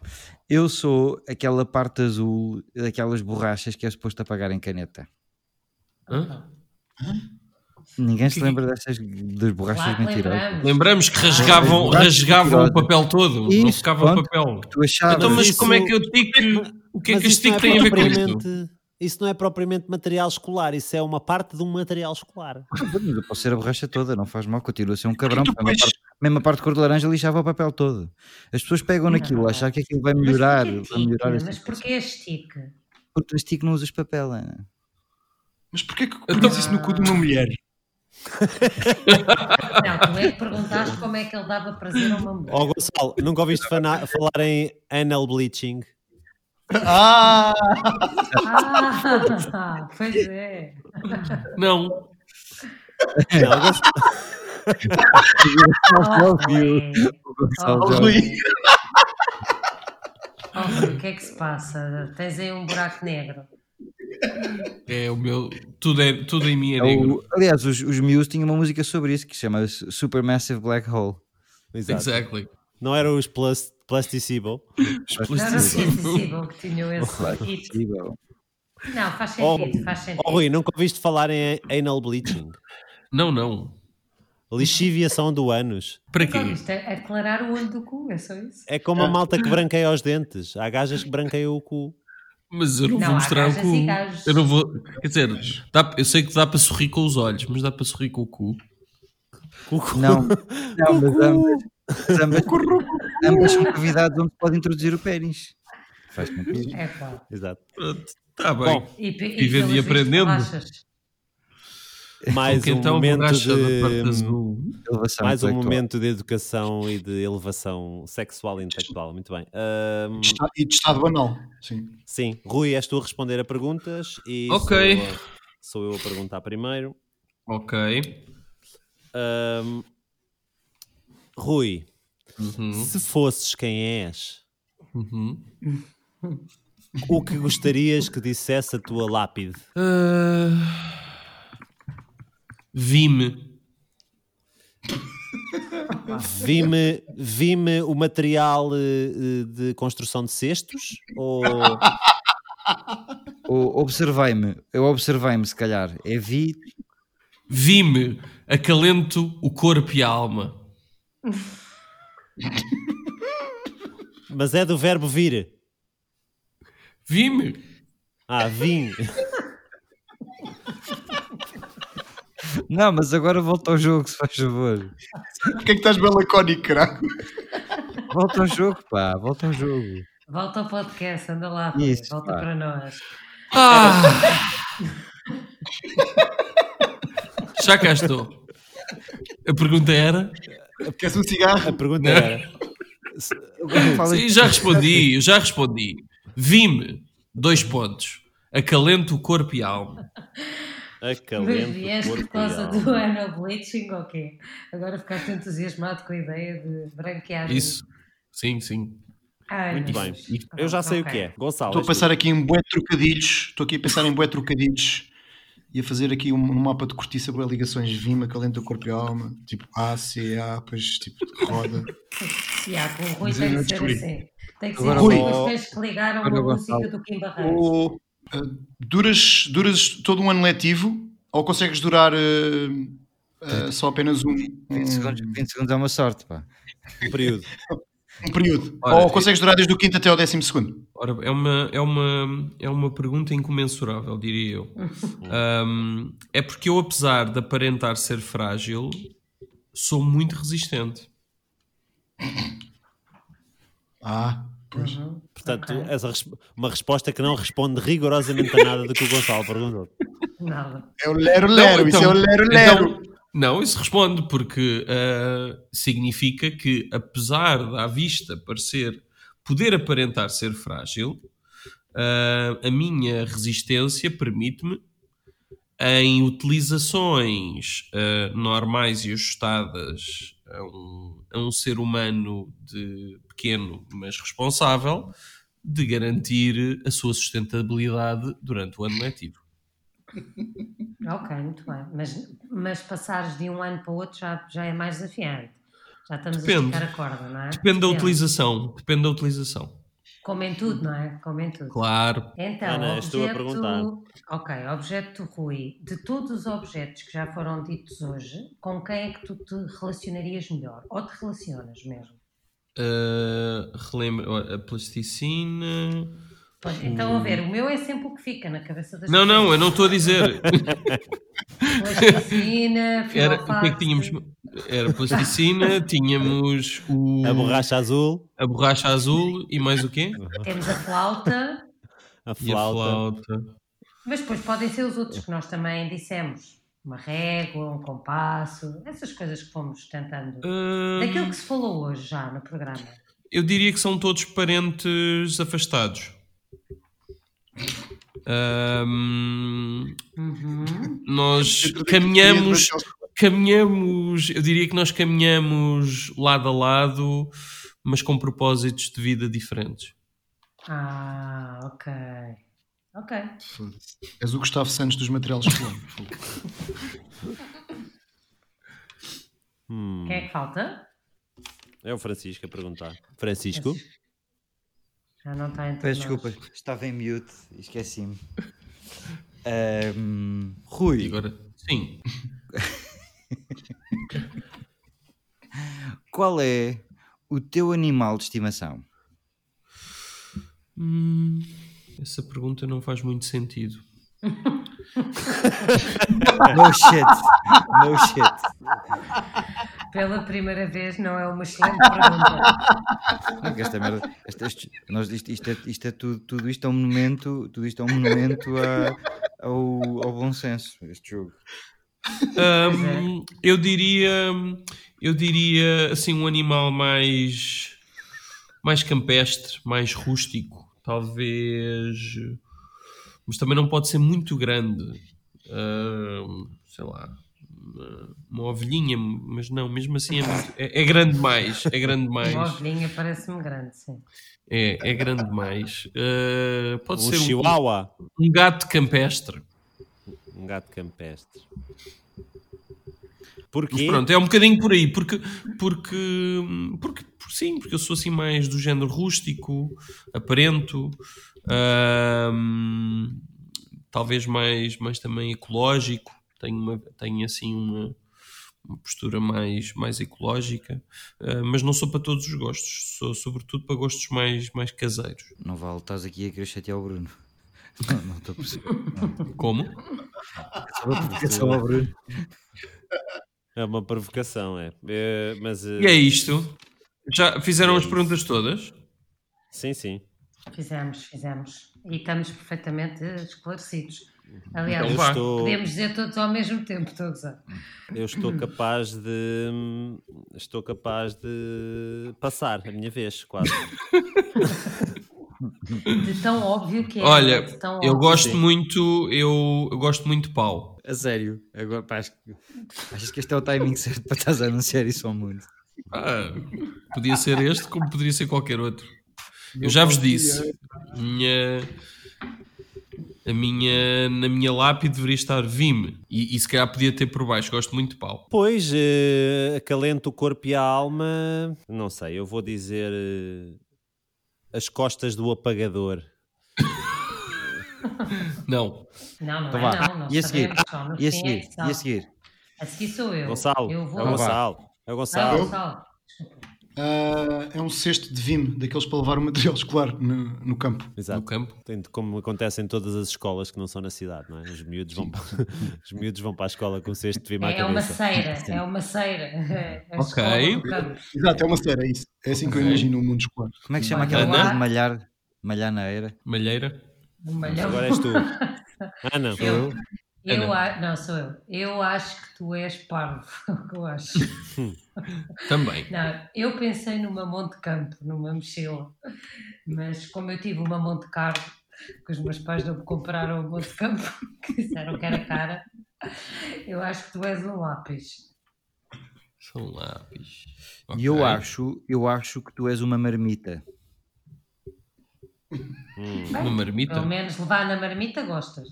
S4: Eu sou aquela parte azul daquelas borrachas que é suposto apagar em caneta.
S6: Hã?
S4: Ninguém se lembra destas das borrachas
S5: Claro que
S4: mentirosas.
S5: lembramos.
S6: Lembramos que rasgavam,
S4: Ah,
S6: rasgavam o
S4: mentirosa.
S6: papel todo, não
S4: Isso,
S6: ficava
S4: pronto. Ah,
S6: papel.
S4: Tu achavas.
S6: Então, mas
S3: isso-
S6: como é que eu tique? O que é que
S3: Mas
S6: este
S3: isso não
S6: tique tem a ver com isto?
S3: propriamente- Isso não é propriamente material escolar, isso é uma parte de um material escolar.
S4: Mas eu posso ser a borracha toda, não faz mal, continua a ser um cabrão.
S2: Tu
S4: porque a mesma
S2: pões-
S4: parte, a mesma parte de cor de laranja lixava o papel todo. As pessoas pegam naquilo,
S5: Não.
S4: achar que aquilo vai melhorar. vai
S5: Mas porquê tique?
S4: melhorar esta
S5: Mas
S4: coisa.
S5: porquê este tique?
S4: Porque tu estico não usas papel, Ana.
S2: Mas porquê que
S6: Então-
S2: pões isso no cu de uma mulher?
S5: Não, tu é que perguntaste como é que ele dava prazer a uma mulher.
S3: Ó Gonçalo, nunca ouviste fana- falar em anal bleaching?
S2: Ah!
S5: Ah, pois é.
S6: Não. É.
S3: Não, Gonçalo,
S5: Oh,
S4: Óbvio.
S5: Rui.
S4: O Gonçalo já-
S2: Rui.
S5: Oh, Rui, o que é que se passa? Tens aí um buraco negro.
S6: É o meu. Tudo, é, tudo em mim é
S4: É o-
S6: negro.
S4: aliás, os, os Muse tinham uma música sobre isso que se chama Supermassive Black Hole.
S3: Exato.
S6: Exactly.
S3: Não eram os plus, Plasticible.
S5: Não, não sei
S6: Explicíssimo.
S5: acessível que tinham esse hit. Não, faz
S3: Oh,
S5: sentido, faz sentido.
S3: oh, Rui, nunca ouviste falar em anal bleaching?
S6: Não, não.
S3: Lixiviação do ânus.
S6: Para
S5: Só
S6: quê?
S5: isto, é aclarar o olho do cu, é só isso.
S3: É como a malta que branqueia os dentes. Há gajas que branqueiam o cu.
S6: Mas eu não,
S5: Não,
S6: vou
S5: há
S6: mostrar o
S5: gajas e gajos.
S6: cu. Eu não vou. Quer dizer, dá- eu sei que dá para sorrir com os olhos, mas dá para sorrir com o cu.
S3: O cu.
S4: Não, não mas ambas, mas ambas, ambas são convidados onde se pode introduzir o pênis. Faz sentido.
S5: É pá.
S3: Exato.
S6: Está Tá bem.
S3: Bom,
S5: E, pe-
S6: Vivendo e
S5: pelos vistos,
S6: aprendendo.
S5: relaxas.
S3: Mais
S6: Porque
S3: um
S6: então,
S3: momento
S6: borracha da parte
S3: de... hum.
S6: azul.
S4: Elevação
S3: Mais um
S4: intelectual.
S3: momento de educação e de elevação sexual e intelectual. Muito bem.
S4: um-
S3: Ahm,
S2: De estado- E de estado banal. Sim.
S3: sim, Rui, és tu a responder a perguntas e
S6: Ok.
S3: sou, eu, a- sou eu a perguntar primeiro.
S6: Ok.
S3: Ahm, Rui,
S6: Uhum,
S3: se fosses quem és,
S6: uhum.
S3: o que gostarias que dissesse a tua lápide?
S6: Ah, Vi-me.
S3: Vi-me vi-me o material eh, eh, de construção de cestos? Ou...
S4: Ou observei-me, eu observei-me se calhar. É vi,
S6: Vi-me. Acalento o corpo e a alma.
S3: Mas é do verbo vir.
S6: Vi-me.
S3: Ah, vim.
S4: Não, mas agora volta ao jogo, se faz favor.
S2: Porquê é que estás bem lacónico, caralho?
S4: Volta ao jogo, pá, volta ao jogo.
S5: Volta ao podcast, anda lá, Rui,
S4: Isso,
S5: volta
S4: pá.
S5: para nós.
S6: Ah! Já cá estou. A pergunta era.
S4: É
S2: Queres um cigarro?
S3: A pergunta era.
S4: Fala-
S6: Sim, já respondi, eu já respondi. Vi-me. Dois pontos. Acalento o corpo e a alma.
S3: Acalento.
S5: Mas vieste
S3: corpo
S5: por
S3: e
S5: causa
S3: alma.
S5: do anal bleaching ou quê? Agora ficaste entusiasmado com a ideia de branquear. o-
S6: Isso. Sim, sim.
S5: Ai,
S3: Muito bem.
S5: mas-
S3: Eu já sei o que
S5: Ok.
S3: é. Gonçalo.
S2: Estou a
S3: és
S2: pensar aqui em bué de trocadilhos. Estou aqui a pensar em bué de trocadilhos. E a fazer aqui um, um mapa de cortiça com ligações Vima, calenta o corpo e a alma. Tipo A, C, A, depois tipo roda.
S3: é.
S5: Yeah, com o Rui
S2: Mas
S5: tem
S2: eu
S5: que
S2: não
S5: ser
S2: descobri.
S5: assim. Tem que ser
S4: Agora
S5: assim.
S2: vou-
S5: Mas tens que ligar a uma
S4: Agora vou-
S5: música do Kim Barreiros.
S2: Ou eh, duras, duras todo um ano letivo ou consegues durar eh, eh, só apenas um,
S4: 20 segundos,
S2: um,
S4: 20 segundos é uma sorte, pá.
S3: tu, período.
S2: um período?
S6: Ora,
S2: ou
S6: eu-
S2: consegues durar desde o quinto até ao décimo segundo?
S6: Ora, é uma, é uma, é uma pergunta incomensurável, diria eu. Ahm, é porque eu, apesar de aparentar ser frágil, sou muito resistente.
S2: Ah, pois.
S5: Uhum.
S3: Portanto,
S5: Ok.
S3: és a resp- uma resposta que não responde rigorosamente a nada do que o Gonçalo perguntou.
S5: Nada.
S2: É o lero lero,
S6: Não,
S2: isso é o lero lero.
S6: então- não, isso responde, porque ah, significa que, apesar da vista parecer, poder aparentar ser frágil, ah, a minha resistência permite-me, em utilizações ah, normais e ajustadas a um, a um ser humano de pequeno, mas responsável, de garantir a sua sustentabilidade durante o ano letivo.
S5: Ok, muito bem. Mas, mas passares de um ano para o outro já, já é mais desafiante. Já estamos
S6: Depende.
S5: a esticar a corda, não é?
S6: Depende da utilização, depende da utilização.
S5: Como em tudo, não é? Como em tudo.
S6: Claro.
S5: Então,
S3: Ana,
S5: objeto...
S3: estou a perguntar.
S5: Ok, objeto Rui. De todos os objetos que já foram ditos hoje, com quem é que tu te relacionarias melhor? Ou te relacionas mesmo?
S6: Uh, relembra ó, a plasticina.
S5: Pois, Então, a ver, o meu é sempre o que fica na cabeça das
S6: Não, não, eu
S5: pessoas.
S6: não estou a dizer.
S5: Plasticina,
S6: Era, o que é que tínhamos? Era plasticina, tínhamos o,
S3: A borracha azul,
S6: a borracha azul e mais o quê?
S5: Temos a flauta,
S3: a
S6: E a
S3: flauta.
S6: flauta.
S5: mas depois podem ser os outros que nós também dissemos. Uma régua, um compasso, essas coisas que fomos tentando.
S6: Uh,
S5: Daquilo que se falou hoje já no programa.
S6: eu diria que são todos parentes afastados. Um,
S5: Uhum.
S6: nós caminhamos caminhamos, eu diria que nós caminhamos lado a lado, mas com propósitos de vida diferentes.
S5: Ah, ok. Ok.
S2: Foda-se. És o Gustavo Santos dos materiais escolares.
S3: Hum,
S5: Quem é que falta?
S3: é o Francisco a perguntar. Francisco?
S5: Já não está entre
S4: Peço
S5: nós.
S4: desculpa, estava em mute, esqueci-me. Ahm, Rui,
S6: E agora, sim,
S4: qual é o teu animal de estimação?
S6: Hum, essa pergunta não faz muito sentido.
S4: No shit, no shit.
S5: Pela primeira vez não é uma excelente pergunta.
S4: Não, que esta merda, esta- isto, nós, isto, isto é, isto é tudo, tudo isto é um monumento, tudo isto é um monumento a- ao, ao bom senso, este jogo.
S6: Hum, eu diria, eu diria assim um animal mais mais campestre, mais rústico, talvez, mas também não pode ser muito grande. Hum, sei lá, uma, uma ovelhinha, mas não, mesmo assim é, muito- é- é grande mais, é grande
S5: Uma
S6: mais,
S5: ovelhinha parece-me grande, sim.
S6: é, é grande mais. Hum, pode
S3: Um
S6: ser um-
S3: chihuahua?
S6: um gato campestre.
S3: Um gato campestre.
S6: Mas
S3: Porquê?
S6: pronto, é um bocadinho por aí, porque, porque, porque, porque sim, porque eu sou assim mais do género rústico, aparento, ahm, talvez mais, mais também ecológico, tenho, uma, tenho assim uma, uma postura mais, mais ecológica, ah, mas não sou para todos os gostos, sou sobretudo para gostos mais, mais caseiros.
S4: Não vale, estás aqui a querer chatear o Bruno. Não, não estou a perceber.
S6: Como?
S4: Só o Bruno.
S3: É uma provocação, é. É, mas, eh,
S6: E é isto. Já fizeram as perguntas todas?
S3: eh, Sim, sim.
S5: Fizemos, fizemos. E estamos perfeitamente esclarecidos. Aliás,
S3: Eu
S6: Então vá.
S3: estou,
S5: podemos dizer todos ao mesmo tempo, estou a gozar.
S3: eu estou capaz de. hum, Estou capaz de passar a minha vez, quase.
S5: De tão óbvio que é.
S6: Olha,
S5: de tão
S6: Eu
S5: óbvio.
S6: gosto muito, eu, eu gosto muito de pau.
S4: A sério, agora pá, acho que, achas que este é o timing certo para estás a anunciar isso ao mundo?
S6: Ah, podia ser este, como poderia ser qualquer outro. Eu já vos disse, a minha, a minha, na minha lápide deveria estar Vime e, e se calhar podia ter por baixo. Gosto muito de pau.
S3: Pois, eh, acalenta o corpo e a alma. Não sei, eu vou dizer eh, as costas do apagador.
S6: Não,
S5: Não, não
S4: Então
S5: é,
S4: vá.
S5: não. não
S4: E a seguir?
S5: sabemos, só
S4: E
S5: no
S4: a
S5: fim é
S4: seguir?
S5: que sabe.
S4: E a seguir?
S5: A seguir sou eu.
S3: Gonçalo,
S5: Eu vou. Então.
S3: é o
S4: Então vá.
S3: Gonçalo. É o
S5: Não,
S3: Gonçalo.
S5: Gonçalo.
S2: Ah, é um cesto de vime, daqueles para levar o material escolar no, no campo.
S6: no
S3: Exato.
S6: campo.
S3: Tem- Como acontece em todas as escolas que não são na cidade, não é? Os miúdos vão, para, os miúdos vão para a escola com o cesto de vima à
S5: É, uma
S3: cabeça.
S5: ceira, é uma ceira. A
S6: Ok.
S5: escola do campo.
S2: Exato, é uma série, é isso. É assim que eu
S6: Ok.
S2: imagino o mundo escolar.
S4: Como é que chama
S5: Malhar.
S4: aquela coisa de malhar? Malhar na era?
S6: Malheira.
S5: Um malhão.
S3: Agora
S4: é
S3: és tu. Ah, não.
S5: Eu-
S4: Eu?
S5: Eu
S6: Ana.
S5: a... Não, sou eu. Eu acho que tu és parvo. é o que eu acho.
S6: Também.
S5: Não, eu pensei numa Monte Campo, numa mochila, mas como eu tive uma Monte Carlo, que os meus pais não me compraram a Monte Campo, que disseram que era cara, eu acho que tu és um lápis.
S6: São lápis.
S4: E eu
S6: Ok.
S4: acho, eu acho que tu és uma marmita.
S3: Hum.
S6: Uma marmita.
S5: Pelo menos levar na marmita gostas.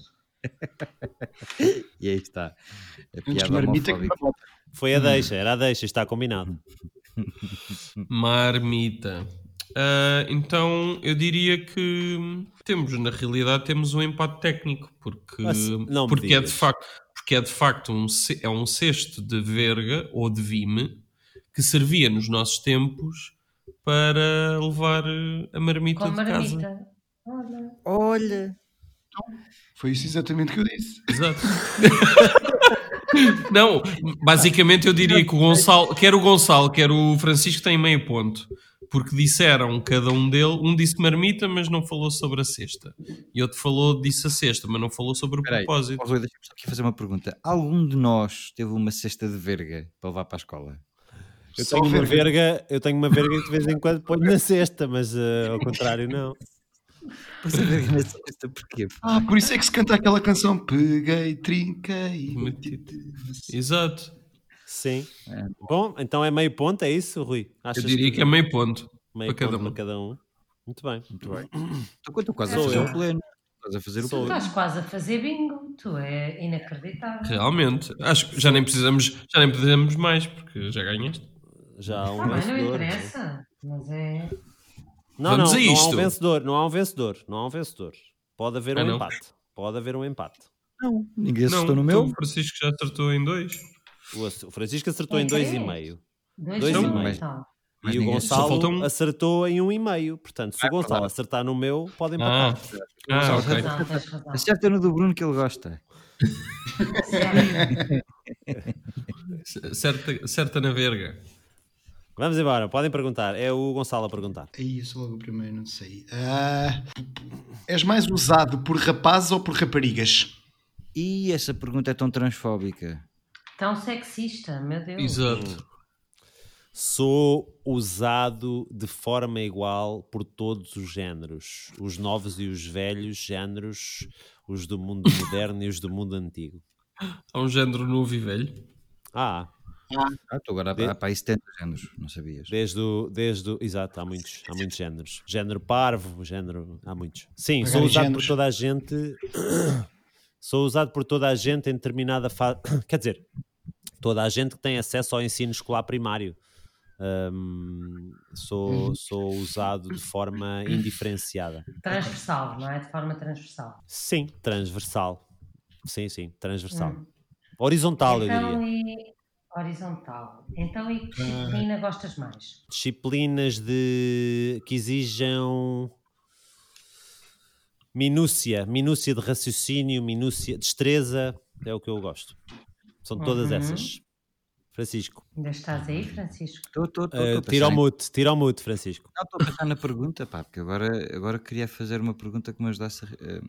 S4: E aí está. A
S2: Antes
S4: piada
S2: marmita que
S4: homofóbica.
S3: Foi a deixa, era a deixa, está combinado.
S6: Marmita. Ah, então eu diria que temos, na realidade, temos um empate técnico, porque,
S3: Ah, se- não me
S6: porque, é, de
S3: digas.
S6: facto, porque é de facto um, ce- é um cesto de verga ou de vime que servia nos nossos tempos para levar eh, a marmita
S5: Com
S6: de casa.
S5: marmita. Olha,
S4: Olha!
S2: Foi isso exatamente que eu disse.
S6: Exato. Não, basicamente eu diria que o Gonçalo, quer o Gonçalo, quer o Francisco têm meio ponto. Porque disseram cada um dele, um disse marmita, mas não falou sobre a cesta. E outro falou, disse a cesta, mas não falou sobre o
S4: Peraí,
S6: propósito.
S4: ó, Rui, deixa-me só aqui fazer uma pergunta. Algum de nós teve uma cesta de verga para levar para a escola?
S3: Eu
S2: Só
S3: tenho uma
S2: verga.
S3: verga, eu tenho uma verga que de vez em quando ponho na cesta, mas eh, ao contrário não.
S4: Pois a verga na cesta, porquê?
S2: Ah, por isso é que se canta aquela canção Peguei, trinquei, meti-te.
S6: Exato.
S3: Sim. Bom, então é meio ponto, é isso, Rui? Achas
S6: Eu diria que é meio ponto.
S3: meio
S6: para cada
S3: ponto
S6: um.
S3: para cada um. Muito bem.
S4: Muito bem. Estou, estou quase a
S3: Sou
S4: fazer
S3: eu.
S4: um pleno. Estás a fazer o
S5: Tu
S4: poder.
S5: estás quase a fazer bingo, tu é inacreditável.
S6: Realmente. Acho que já nem precisamos, já nem precisamos mais, porque já ganhaste.
S3: Já há um
S5: Ah, mas não
S3: vencedor.
S5: interessa, mas
S3: Não,
S5: é.
S6: Vamos
S3: não,
S6: a
S3: não há um
S6: isto.
S3: vencedor, não há um vencedor, não há um vencedor. Pode haver
S6: Ah,
S3: um
S6: não?
S3: empate. Pode haver um empate.
S4: Ninguém acertou no
S6: tu,
S3: então,
S4: meu.
S6: então Francisco já acertou em dois.
S3: O ace- o Francisco acertou em
S5: Ok.
S3: 2,5
S5: Dois,
S3: Dois
S5: e
S6: e
S5: meio,
S4: meio.
S5: então.
S4: Mas
S3: e o
S4: ninguém acertou.
S3: Gonçalo
S6: Só falta um.
S3: acertou em 1,5. Portanto, se o Gonçalo
S4: claro.
S3: acertar no meu,
S6: Ah,
S3: pode
S6: ah
S3: empatar.
S5: Tens
S6: ok.
S5: razão, tens razão.
S4: Acerta no do Bruno que ele gosta.
S5: Sério,
S6: Certa, certa na verga.
S3: Vamos embora, podem perguntar. É o Gonçalo a perguntar.
S2: Aí eu sou logo o primeiro, não sei. Ah, és mais usado por rapazes ou por raparigas?
S4: E essa pergunta é tão transfóbica.
S5: Tão sexista, meu
S6: Hum.
S5: Deus.
S6: Exato.
S3: Sou usado de forma igual por todos os géneros, os novos e os velhos géneros, os do mundo moderno e os do mundo antigo.
S6: Há um género novo e velho.
S3: Ah,
S4: Ah, tu agora
S3: De-
S4: há, há para aí 70 anos, não sabias?
S3: desde o, desde o- exato, há muitos, há muitos géneros. Género parvo, género, há muitos. Sim, sou
S2: Vários
S3: usado
S2: géneros.
S3: por toda a gente. Sou usado por toda a gente em determinada fase. Quer dizer, toda a gente que tem acesso ao ensino escolar primário. Hum, sou, sou usado de forma indiferenciada.
S5: Transversal, não é? De forma transversal.
S3: Sim, transversal. Sim, sim, transversal. Horizontal, eu
S5: Hum. então,
S3: diria. Ah.
S5: e horizontal. Então, e que disciplina gostas mais?
S3: Disciplinas de que exijam minúcia, minúcia de raciocínio, minúcia, destreza, é o que eu gosto. São todas
S5: Uhum.
S3: essas. Francisco,
S5: Ainda estás aí, Francisco?
S4: Estou, estou, estou,
S3: eh,
S4: estou a
S3: tira o
S4: pensar em-
S3: mute, tira o mute, Francisco.
S4: Não, estou a pensar na pergunta, pá, porque agora, agora queria fazer uma pergunta que me ajudasse a. re-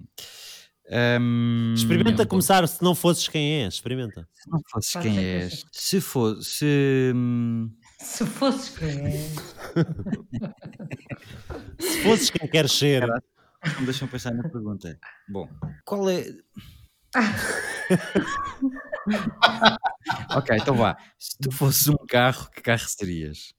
S4: eh, hum,
S3: Experimenta começar se não fosses quem é, experimenta.
S4: Se não fosses
S5: Pode
S4: quem
S5: ser que
S4: és.
S5: eu
S4: Se fosse. Se, hum,
S5: Se fosses que
S3: Se fosses quem queres ser,
S4: Caralho. não me deixam pensar na pergunta. Bom, qual é. ok, então vá. Se tu fosses um carro, que carro serias?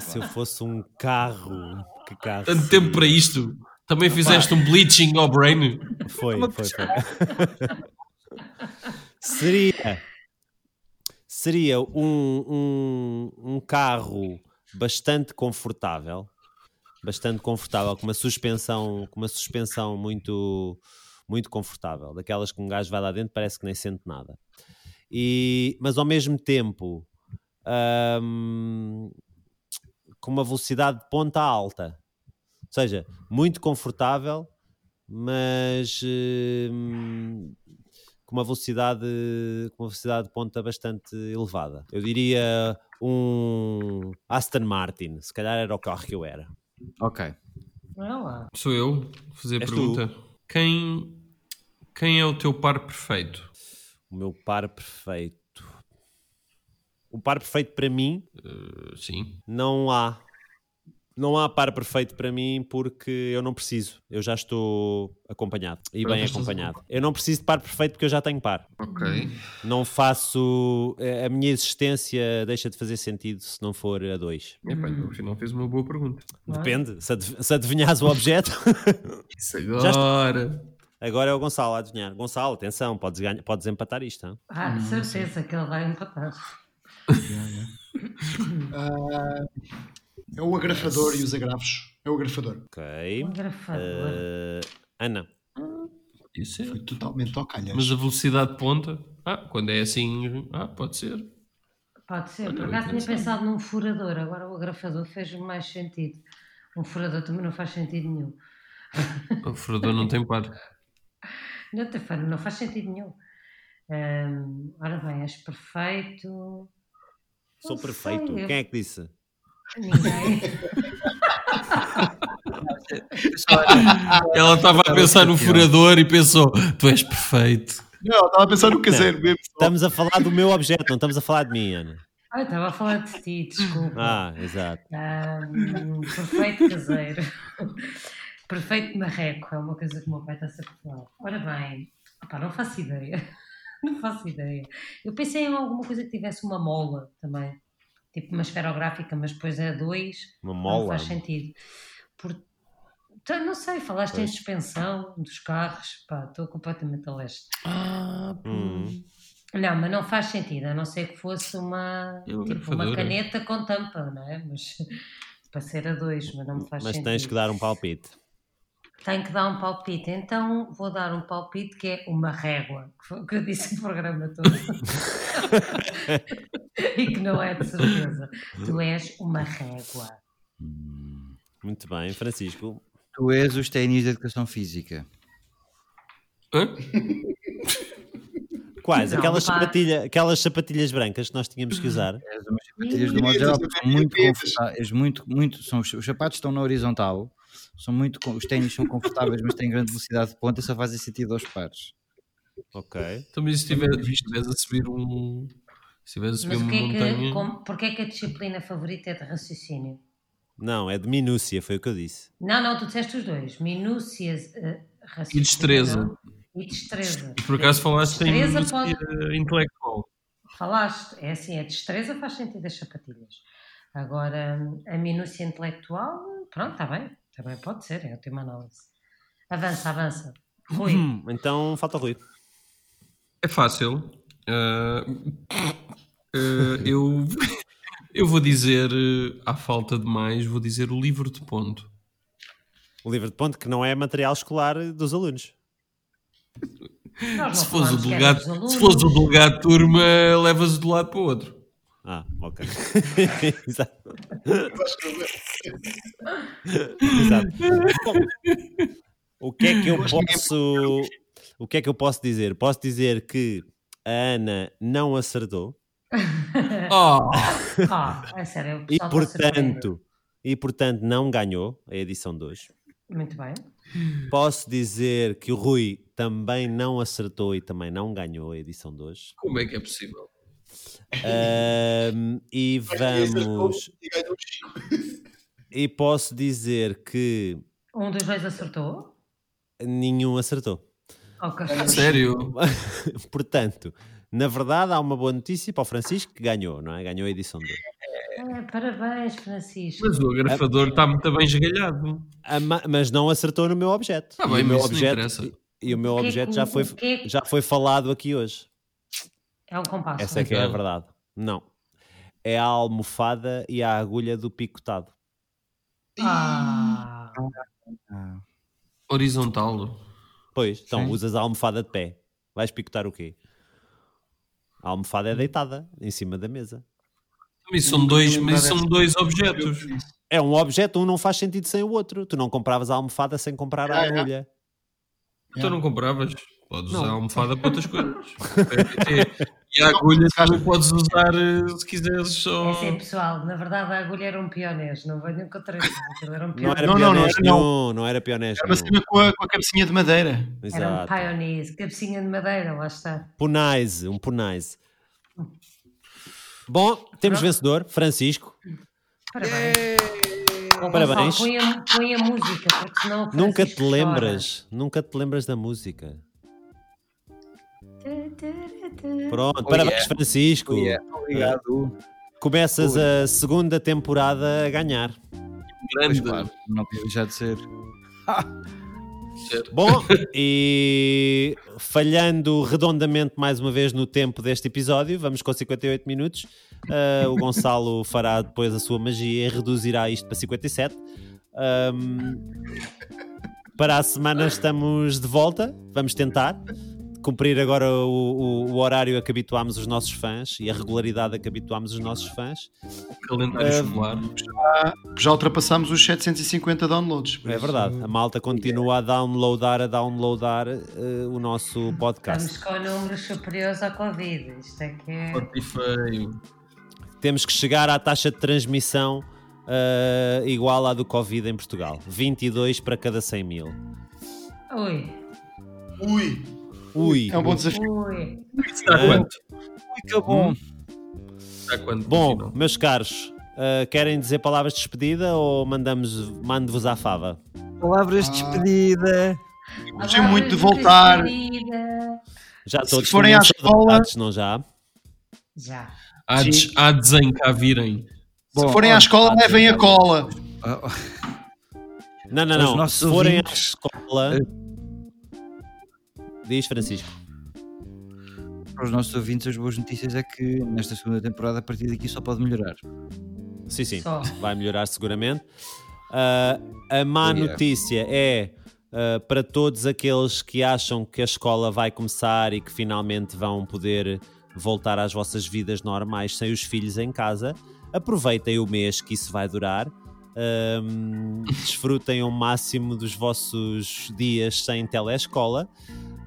S3: se eu fosse um carro, que carro?
S6: Tanto tempo para isto. Também fizeste um bleaching ao brain.
S3: Foi, foi, foi. seria seria um, um, um carro bastante confortável, bastante confortável, com uma suspensão, com uma suspensão muito muito confortável, daquelas que um gajo vai lá dentro parece que nem sente nada. E mas ao mesmo tempo hum, com uma velocidade de ponta alta, ou seja, muito confortável, mas hum, com uma velocidade com uma velocidade de ponta bastante elevada. Eu diria um Aston Martin, se calhar era o carro que eu era.
S4: Ok.
S5: é. Olha lá.
S6: Sou eu a fazer a
S3: És
S6: pergunta. Quem, quem é o teu par perfeito?
S3: O meu par perfeito. O par perfeito para mim
S6: Uh, Sim.
S3: não há. Não há par perfeito para mim porque eu não preciso. Eu já estou acompanhado e
S6: Pronto,
S3: bem
S6: estás
S3: acompanhado. Eu não preciso de par perfeito porque eu já tenho par.
S6: Ok.
S3: Não faço. eh, A a minha existência deixa de fazer sentido se não for a dois.
S6: Epá, então, afinal fez uma boa pergunta.
S3: Depende. Se, adiv se adivinhares o objeto.
S6: Isso agora.
S3: Agora é o Gonçalo a adivinhar. Gonçalo, atenção, podes, ganhar, podes empatar isto. hã?
S5: Ah, de certeza que ele vai empatar.
S2: É o agrafador e os agrafos. É o agrafador.
S3: Ok.
S5: Um grafador.
S3: Eh, Ana,
S6: Isso é.
S2: Foi totalmente ao calhas.
S6: Mas a velocidade de ponta? Ah, quando é assim. Ah, pode ser.
S3: Ah,
S5: Pode ser. Por
S6: olha,
S5: acaso tinha
S6: interessante.
S5: pensado num furador, agora o agrafador fez mais sentido. Um furador também não faz sentido nenhum.
S6: O furador não tem par.
S5: Não, tem fã, não faz sentido nenhum. Ahm, ora bem, és perfeito.
S3: sou
S5: Não
S3: perfeito.
S5: sei, eu-
S3: Quem é que disse?
S5: Ninguém.
S6: Ela estava a pensar no furador e pensou: tu és perfeito.
S2: Não, estava a pensar no caseiro mesmo.
S3: Estamos a falar do meu objeto, não estamos a falar de mim, Ana.
S5: Ah, eu estava a falar de ti, desculpa.
S3: Ah, exato.
S5: Ahm, Ah, um perfeito caseiro. perfeito marreco, é uma coisa que o meu pai está sempre a falar. Ora bem, opá, não faço ideia. Não faço ideia. Eu pensei em alguma coisa que tivesse uma mola também. Tipo uma esferográfica, mas depois é dois.
S3: Uma
S5: Não
S3: mola.
S5: faz sentido. Por- Então, não sei, falaste em suspensão dos carros, pá, estou completamente a leste.
S6: Ah,
S3: Hum.
S5: Não, mas não faz sentido, a não ser que fosse uma,
S6: É uma
S5: tipo, uma
S6: grafadora.
S5: caneta com tampa, não é? Mas para ser a dois, mas não me faz
S3: Mas
S5: sentido.
S3: tens que dar um palpite.
S5: Tenho que dar um palpite, então vou dar um palpite que é uma régua, que foi o que eu disse o programa todo. e que não é de certeza. Tu és uma régua.
S3: Muito bem, Francisco.
S4: Tu és os ténis da educação física.
S6: Hã?
S3: Quais?
S5: Não,
S3: Aquelas,
S5: pá.
S3: sapatilha- aquelas sapatilhas brancas que nós tínhamos que usar.
S4: És umas sapatilhas do modo geral, porque são muito confortáveis. Muito, muito, são, os os sapatos estão na horizontal, são muito, con- os ténis são confortáveis, mas têm grande velocidade de ponta e só fazem sentido aos pares.
S3: Ok.
S6: Também Então, se estiveres a subir um. Se estiveres a subir
S5: Mas o
S6: uma
S5: que é que,
S6: montanha.
S5: como, porque é que a disciplina favorita é de raciocínio?
S3: Não, é de minúcia, foi o que eu disse.
S5: Não, não, tu disseste os dois. Minúcias, eh, raciocínio.
S6: E destreza.
S5: não. E destreza.
S6: E por acaso falaste em
S5: Destreza
S6: música intelectual.
S5: Falaste, é assim, a destreza faz sentido as sapatilhas. Agora, a minúcia intelectual, pronto, está bem, também pode ser, é a última análise. Avança, avança. Rui,
S3: Hum, Então falta o Rui.
S6: É fácil. Ah, ah, eu, eu vou dizer, eh, à falta de mais, vou dizer o livro de ponto.
S3: O livro de ponto que não é material escolar dos alunos.
S5: nós não
S6: Se fosse o
S5: falámos que era
S6: delegado,
S5: dos alunos.
S6: se fosse o delegado de turma, levas de um lado para o outro.
S3: Ah, ok. Exato. Exato. Bom, O que é que eu posso o que é que eu posso dizer? Posso dizer que a Ana não acertou
S5: É.
S6: Oh,
S5: Ah, é sério, o
S3: e
S5: pessoal está surpreendido.
S3: portanto e portanto não ganhou a edição 2.
S5: Muito bem.
S3: Posso dizer que o Rui também não acertou e também não ganhou a edição 2.
S6: como é que é possível?
S3: Ahm, e vamos
S2: um
S3: e posso dizer que
S5: Um dos dois acertou.
S3: nenhum acertou.
S5: Ok.
S6: Sério?
S3: Portanto, na verdade, há uma boa notícia para o Francisco que ganhou, não é? Ganhou a edição 2.
S5: É, parabéns, Francisco.
S6: Mas o agrafador está muito bem esgalhado.
S3: Mas não acertou no meu objeto.
S6: Tá
S3: E
S6: bem,
S3: o meu
S6: mas isso não interessa.
S3: e- E o meu
S5: O que é
S3: objeto
S5: que-
S3: já foi,
S5: o que é que-
S3: já foi falado aqui hoje.
S5: É um compasso.
S3: Essa é que é a
S6: Então.
S3: verdade. Não. É a almofada e a agulha do picotado.
S5: Ah,
S4: Ah,
S6: Horizontal.
S3: Pois, então
S4: Sim.
S3: usas a almofada de pé. Vais picotar o quê? A almofada é deitada em cima da mesa.
S6: Mas são dois, mas são dois objetos.
S3: É um objeto, um não faz sentido sem o outro. Tu não compravas a almofada sem comprar a agulha.
S6: Tu não compravas. Podes usar a almofada para outras coisas. e a agulha também podes usar eh, se quiseres
S5: é
S6: só.
S5: assim, pessoal. Na verdade, a agulha era um pionês. Não venham contra isso. Aquilo era um
S3: Não
S5: pionês.
S3: era
S2: Não, não, não
S3: pionés
S2: era, não.
S3: nenhum, não era pionés
S2: Era uma
S3: nenhum.
S2: cena assim com a, com a cabecinha de madeira.
S5: Era um
S3: Exato.
S5: pioneer. Cabecinha de madeira, lá está.
S3: Punais, um punais. Bom, temos
S5: Pronto.
S3: vencedor, Francisco.
S5: Parabéns. Bom,
S3: Parabéns.
S5: Gonçalo, Põe a, põe a música, porque senão. o
S3: nunca te
S5: Francisco chora.
S3: lembras, nunca te lembras da música. Pronto, parabéns, Francisco.
S4: Obrigado.
S3: Começas a segunda temporada a ganhar.
S6: grande.
S4: Pois claro, não podia deixar de ser.
S3: Bom, e falhando redondamente mais uma vez no tempo deste episódio, vamos com 58 minutos. Ah, o Gonçalo fará depois a sua magia e reduzirá isto para 57. Ahm, para a semana estamos de volta, vamos tentar cumprir agora o, o- o horário a que habituámos os nossos fãs e a regularidade a que habituámos os nossos fãs.
S6: Calendário
S3: Ah,
S6: escolar.
S2: Já ultrapassámos os 750 downloads. por
S3: É
S2: isso.
S3: verdade, a malta continua a downloadar, a downloadar eh, o nosso podcast.
S5: Estamos com números superiores ao Covid. Isto é que é.
S6: Spotify.
S3: temos que chegar à taxa de transmissão ah, igual à do Covid em Portugal. 22 para cada 100 mil.
S5: Ui,
S2: Ui,
S3: Ui!
S2: é um bom desafio.
S5: ui.
S6: Está quanto?
S4: Muito bom.
S6: Está quanto? no
S3: Bom,
S6: final?
S3: meus caros, ah, querem dizer palavras de despedida ou mandamos, mando-vos à fava?
S4: Palavras de despedida.
S2: Gostei muito
S5: Ah,
S2: de voltar.
S5: Despedida.
S3: Já
S2: Se
S3: todos
S2: forem à
S3: tinham
S2: escola-
S3: saudades, não já?
S5: Já.
S6: Há, des, há desenho cá virem.
S2: Se forem à escola, levem a cola.
S3: Não, não,
S4: Aos
S3: não.
S4: nossos
S3: Se forem à
S4: ouvintes.
S3: escola.
S2: É.
S3: Diz Francisco.
S4: Para os nossos ouvintes, as boas notícias é que nesta segunda temporada, a partir daqui, só pode melhorar.
S3: Sim, sim.
S5: Só.
S3: Vai melhorar seguramente. Ah, a má
S4: Yeah.
S3: notícia é ah, para todos aqueles que acham que a escola vai começar e que finalmente vão poder voltar às vossas vidas normais sem os filhos em casa. Aproveitem o mês que isso vai durar. Ahm, desfrutem ao máximo dos vossos dias sem telescola.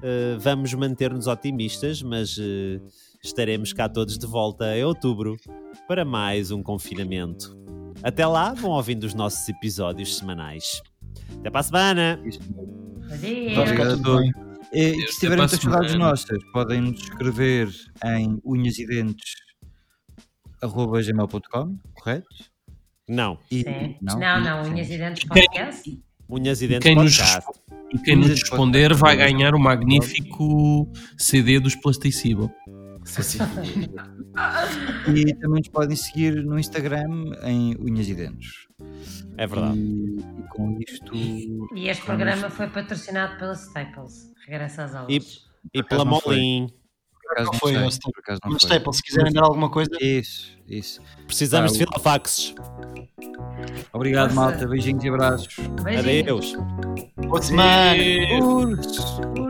S3: Ah, vamos manter-nos otimistas, mas eh, estaremos cá todos de volta em outubro para mais um confinamento. Até lá, vão ouvindo os nossos episódios semanais. Até para a semana!
S4: Isso mesmo.
S5: Adeus.
S4: Obrigado.
S2: Fica tudo bem.
S4: E,
S6: Até
S4: se tiverem
S6: para a
S4: muitas saudades
S6: semana.
S4: nossas, podem nos escrever em unhasidentes arroba gmail.com, correto?
S3: Não,
S4: E,
S5: Sim. Não, não, Unhas e Dentes
S6: Quem-
S5: Podcast.
S3: unhas e dentes
S6: Quem nos
S3: podcast.
S6: E quem nos responder vai ganhar o magnífico CD dos Plasticibel.
S4: E também nos podem seguir no Instagram em unhas e dentes.
S3: É verdade.
S4: E, e com isto.
S5: E este programa foi patrocinado pela Staples. Regressa às aulas.
S3: E- E
S4: acaso
S3: pela
S4: não foi.
S3: Molin.
S4: Por acaso
S2: Não
S4: não
S2: foi,
S4: sei,
S2: Austin.
S4: por acaso não
S2: Mas,
S4: foi.
S2: Staple, se quiserem dar alguma coisa,
S4: Isso, isso.
S3: Precisamos
S4: Ah,
S3: de
S4: o-
S3: filofaxes.
S4: Obrigado,
S5: Força.
S4: malta. Beijinhos e abraços.
S5: Beijinhos.
S3: Adeus.
S2: boa semana.
S4: Urso.